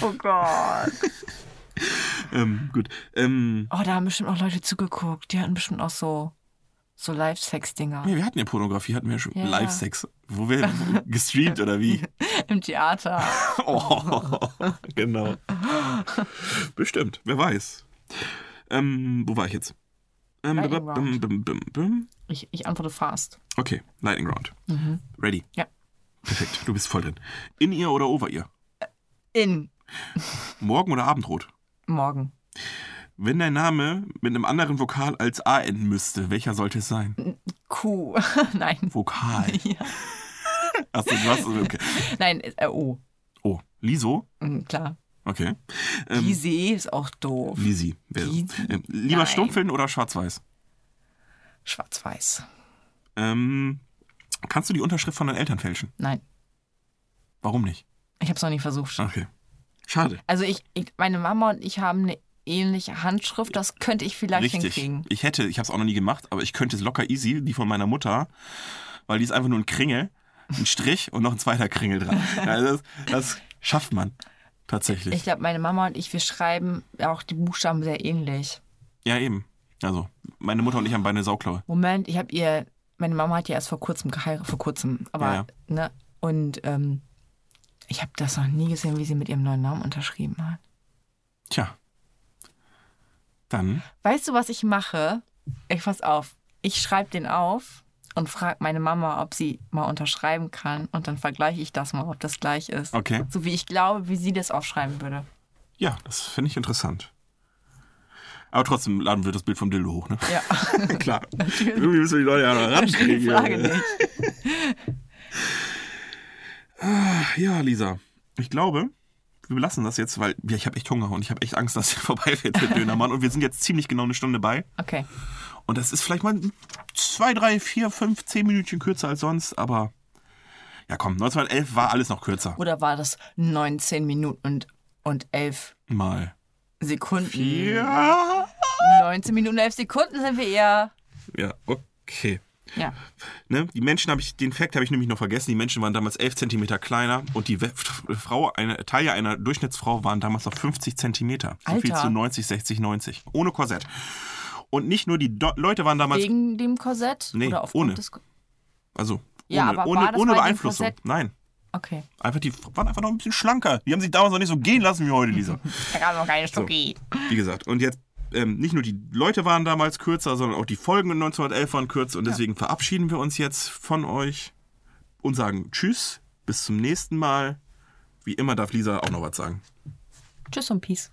[SPEAKER 1] Oh Gott.
[SPEAKER 2] Ähm, gut. Ähm,
[SPEAKER 1] Oh, da haben bestimmt auch Leute zugeguckt. Die hatten bestimmt auch so, so Live-Sex-Dinger.
[SPEAKER 2] nee, wir hatten ja Pornografie, hatten wir schon
[SPEAKER 1] Ja.
[SPEAKER 2] Live-Sex. Wo wir wo- gestreamt oder wie?
[SPEAKER 1] Im Theater.
[SPEAKER 2] Oh, genau. Bestimmt, wer weiß. Ähm, wo war ich jetzt? Ähm,
[SPEAKER 1] Lightning
[SPEAKER 2] bim, bim, bim, bim, bim.
[SPEAKER 1] Ich, ich antworte fast.
[SPEAKER 2] Okay, Lightning Round. Ready?
[SPEAKER 1] Mhm. Ja.
[SPEAKER 2] Perfekt, du bist voll drin. In ihr oder over ihr?
[SPEAKER 1] In
[SPEAKER 2] Morgen oder Abendrot?
[SPEAKER 1] morgen.
[SPEAKER 2] Wenn dein Name mit einem anderen Vokal als A enden müsste, welcher sollte es sein?
[SPEAKER 1] Kuh. Nein.
[SPEAKER 2] Vokal.
[SPEAKER 1] Ja.
[SPEAKER 2] Achso, du hast. Okay.
[SPEAKER 1] Nein, ist- äh, oh.
[SPEAKER 2] Oh, Liso?
[SPEAKER 1] Mhm, Klar.
[SPEAKER 2] Okay.
[SPEAKER 1] Die
[SPEAKER 2] Ähm,
[SPEAKER 1] See ist auch doof.
[SPEAKER 2] Lisi. wäre es.
[SPEAKER 1] Lisi?
[SPEAKER 2] Ähm, lieber
[SPEAKER 1] Nein.
[SPEAKER 2] Stummfilm oder schwarz-weiß?
[SPEAKER 1] Schwarz-Weiß.
[SPEAKER 2] Ähm, kannst du die Unterschrift von deinen Eltern fälschen?
[SPEAKER 1] Nein.
[SPEAKER 2] Warum nicht?
[SPEAKER 1] Ich habe es noch nie versucht.
[SPEAKER 2] Okay. Schade.
[SPEAKER 1] Also ich, ich, meine Mama und ich haben eine ähnliche Handschrift. Das könnte ich vielleicht
[SPEAKER 2] Richtig.
[SPEAKER 1] hinkriegen.
[SPEAKER 2] Ich hätte, ich habe es auch noch nie gemacht, aber ich könnte es locker easy, die von meiner Mutter, weil die ist einfach nur ein Kringel, ein Strich und noch ein zweiter Kringel dran. Also das, das schafft man tatsächlich.
[SPEAKER 1] Ich glaube, meine Mama und ich, wir schreiben auch die Buchstaben sehr ähnlich.
[SPEAKER 2] Ja, eben. Also, meine Mutter und ich haben beide eine Sauklaue.
[SPEAKER 1] Moment, ich habe ihr, meine Mama hat ja erst vor kurzem geheiratet, vor kurzem, aber,
[SPEAKER 2] Ja,
[SPEAKER 1] ne, und ähm, ich habe das noch nie gesehen, wie sie mit ihrem neuen Namen unterschrieben hat.
[SPEAKER 2] Tja. Dann.
[SPEAKER 1] Weißt du, was ich mache? Ich pass auf, ich schreibe den auf und frage meine Mama, ob sie mal unterschreiben kann und dann vergleiche ich das mal, ob das gleich ist.
[SPEAKER 2] Okay.
[SPEAKER 1] So wie ich glaube, wie sie das aufschreiben würde.
[SPEAKER 2] Ja, das finde ich interessant. Aber trotzdem laden wir das Bild vom Dildo hoch, ne?
[SPEAKER 1] Ja,
[SPEAKER 2] Klar. Irgendwie müssen wir die Leute ja noch
[SPEAKER 1] die Frage ne?
[SPEAKER 2] rankriegen.
[SPEAKER 1] nicht.
[SPEAKER 2] Ja, Lisa. Ich glaube, wir belassen das jetzt, weil ja, ich habe echt Hunger und ich habe echt Angst, dass der vorbeifährt, der Dönermann. Und wir sind jetzt ziemlich genau eine Stunde bei.
[SPEAKER 1] Okay.
[SPEAKER 2] Und das ist vielleicht mal zwei, drei, vier, fünf, zehn Minütchen kürzer als sonst, aber ja komm, 1911 war alles noch kürzer.
[SPEAKER 1] Oder war das 19 Minuten und, und 11
[SPEAKER 2] Mal.
[SPEAKER 1] Sekunden?
[SPEAKER 2] Ja.
[SPEAKER 1] 19 Minuten und 11 Sekunden sind wir eher.
[SPEAKER 2] Ja, okay.
[SPEAKER 1] Ja.
[SPEAKER 2] Ne? Die Menschen habe ich, den Fakt habe ich nämlich noch vergessen. Die Menschen waren damals 11 Zentimeter kleiner und die We- Frau, eine, Taille einer Durchschnittsfrau waren damals noch 50 Zentimeter. So viel
[SPEAKER 1] Alter.
[SPEAKER 2] zu 90, 60, 90. Ohne Korsett. Und nicht nur die Do Leute waren damals,
[SPEAKER 1] Wegen dem Korsett?
[SPEAKER 2] Nee,
[SPEAKER 1] Oder aufgrund
[SPEAKER 2] ohne.
[SPEAKER 1] Des Ko-
[SPEAKER 2] also ohne,
[SPEAKER 1] Ja, aber
[SPEAKER 2] ohne,
[SPEAKER 1] war das
[SPEAKER 2] ohne
[SPEAKER 1] bei dem
[SPEAKER 2] Beeinflussung.
[SPEAKER 1] Korsett?
[SPEAKER 2] Nein.
[SPEAKER 1] okay.
[SPEAKER 2] Einfach, die waren einfach noch ein bisschen schlanker. Die haben sich damals noch nicht so gehen lassen wie heute, Lisa.
[SPEAKER 1] Da gab es noch keine Stucki.
[SPEAKER 2] Wie gesagt, und jetzt ähm, nicht nur die Leute waren damals kürzer, sondern auch die Folgen in 1911 waren kürzer. Und deswegen verabschieden wir uns jetzt von euch und sagen Tschüss, bis zum nächsten Mal. Wie immer darf Lisa auch noch was sagen.
[SPEAKER 1] Tschüss und Peace.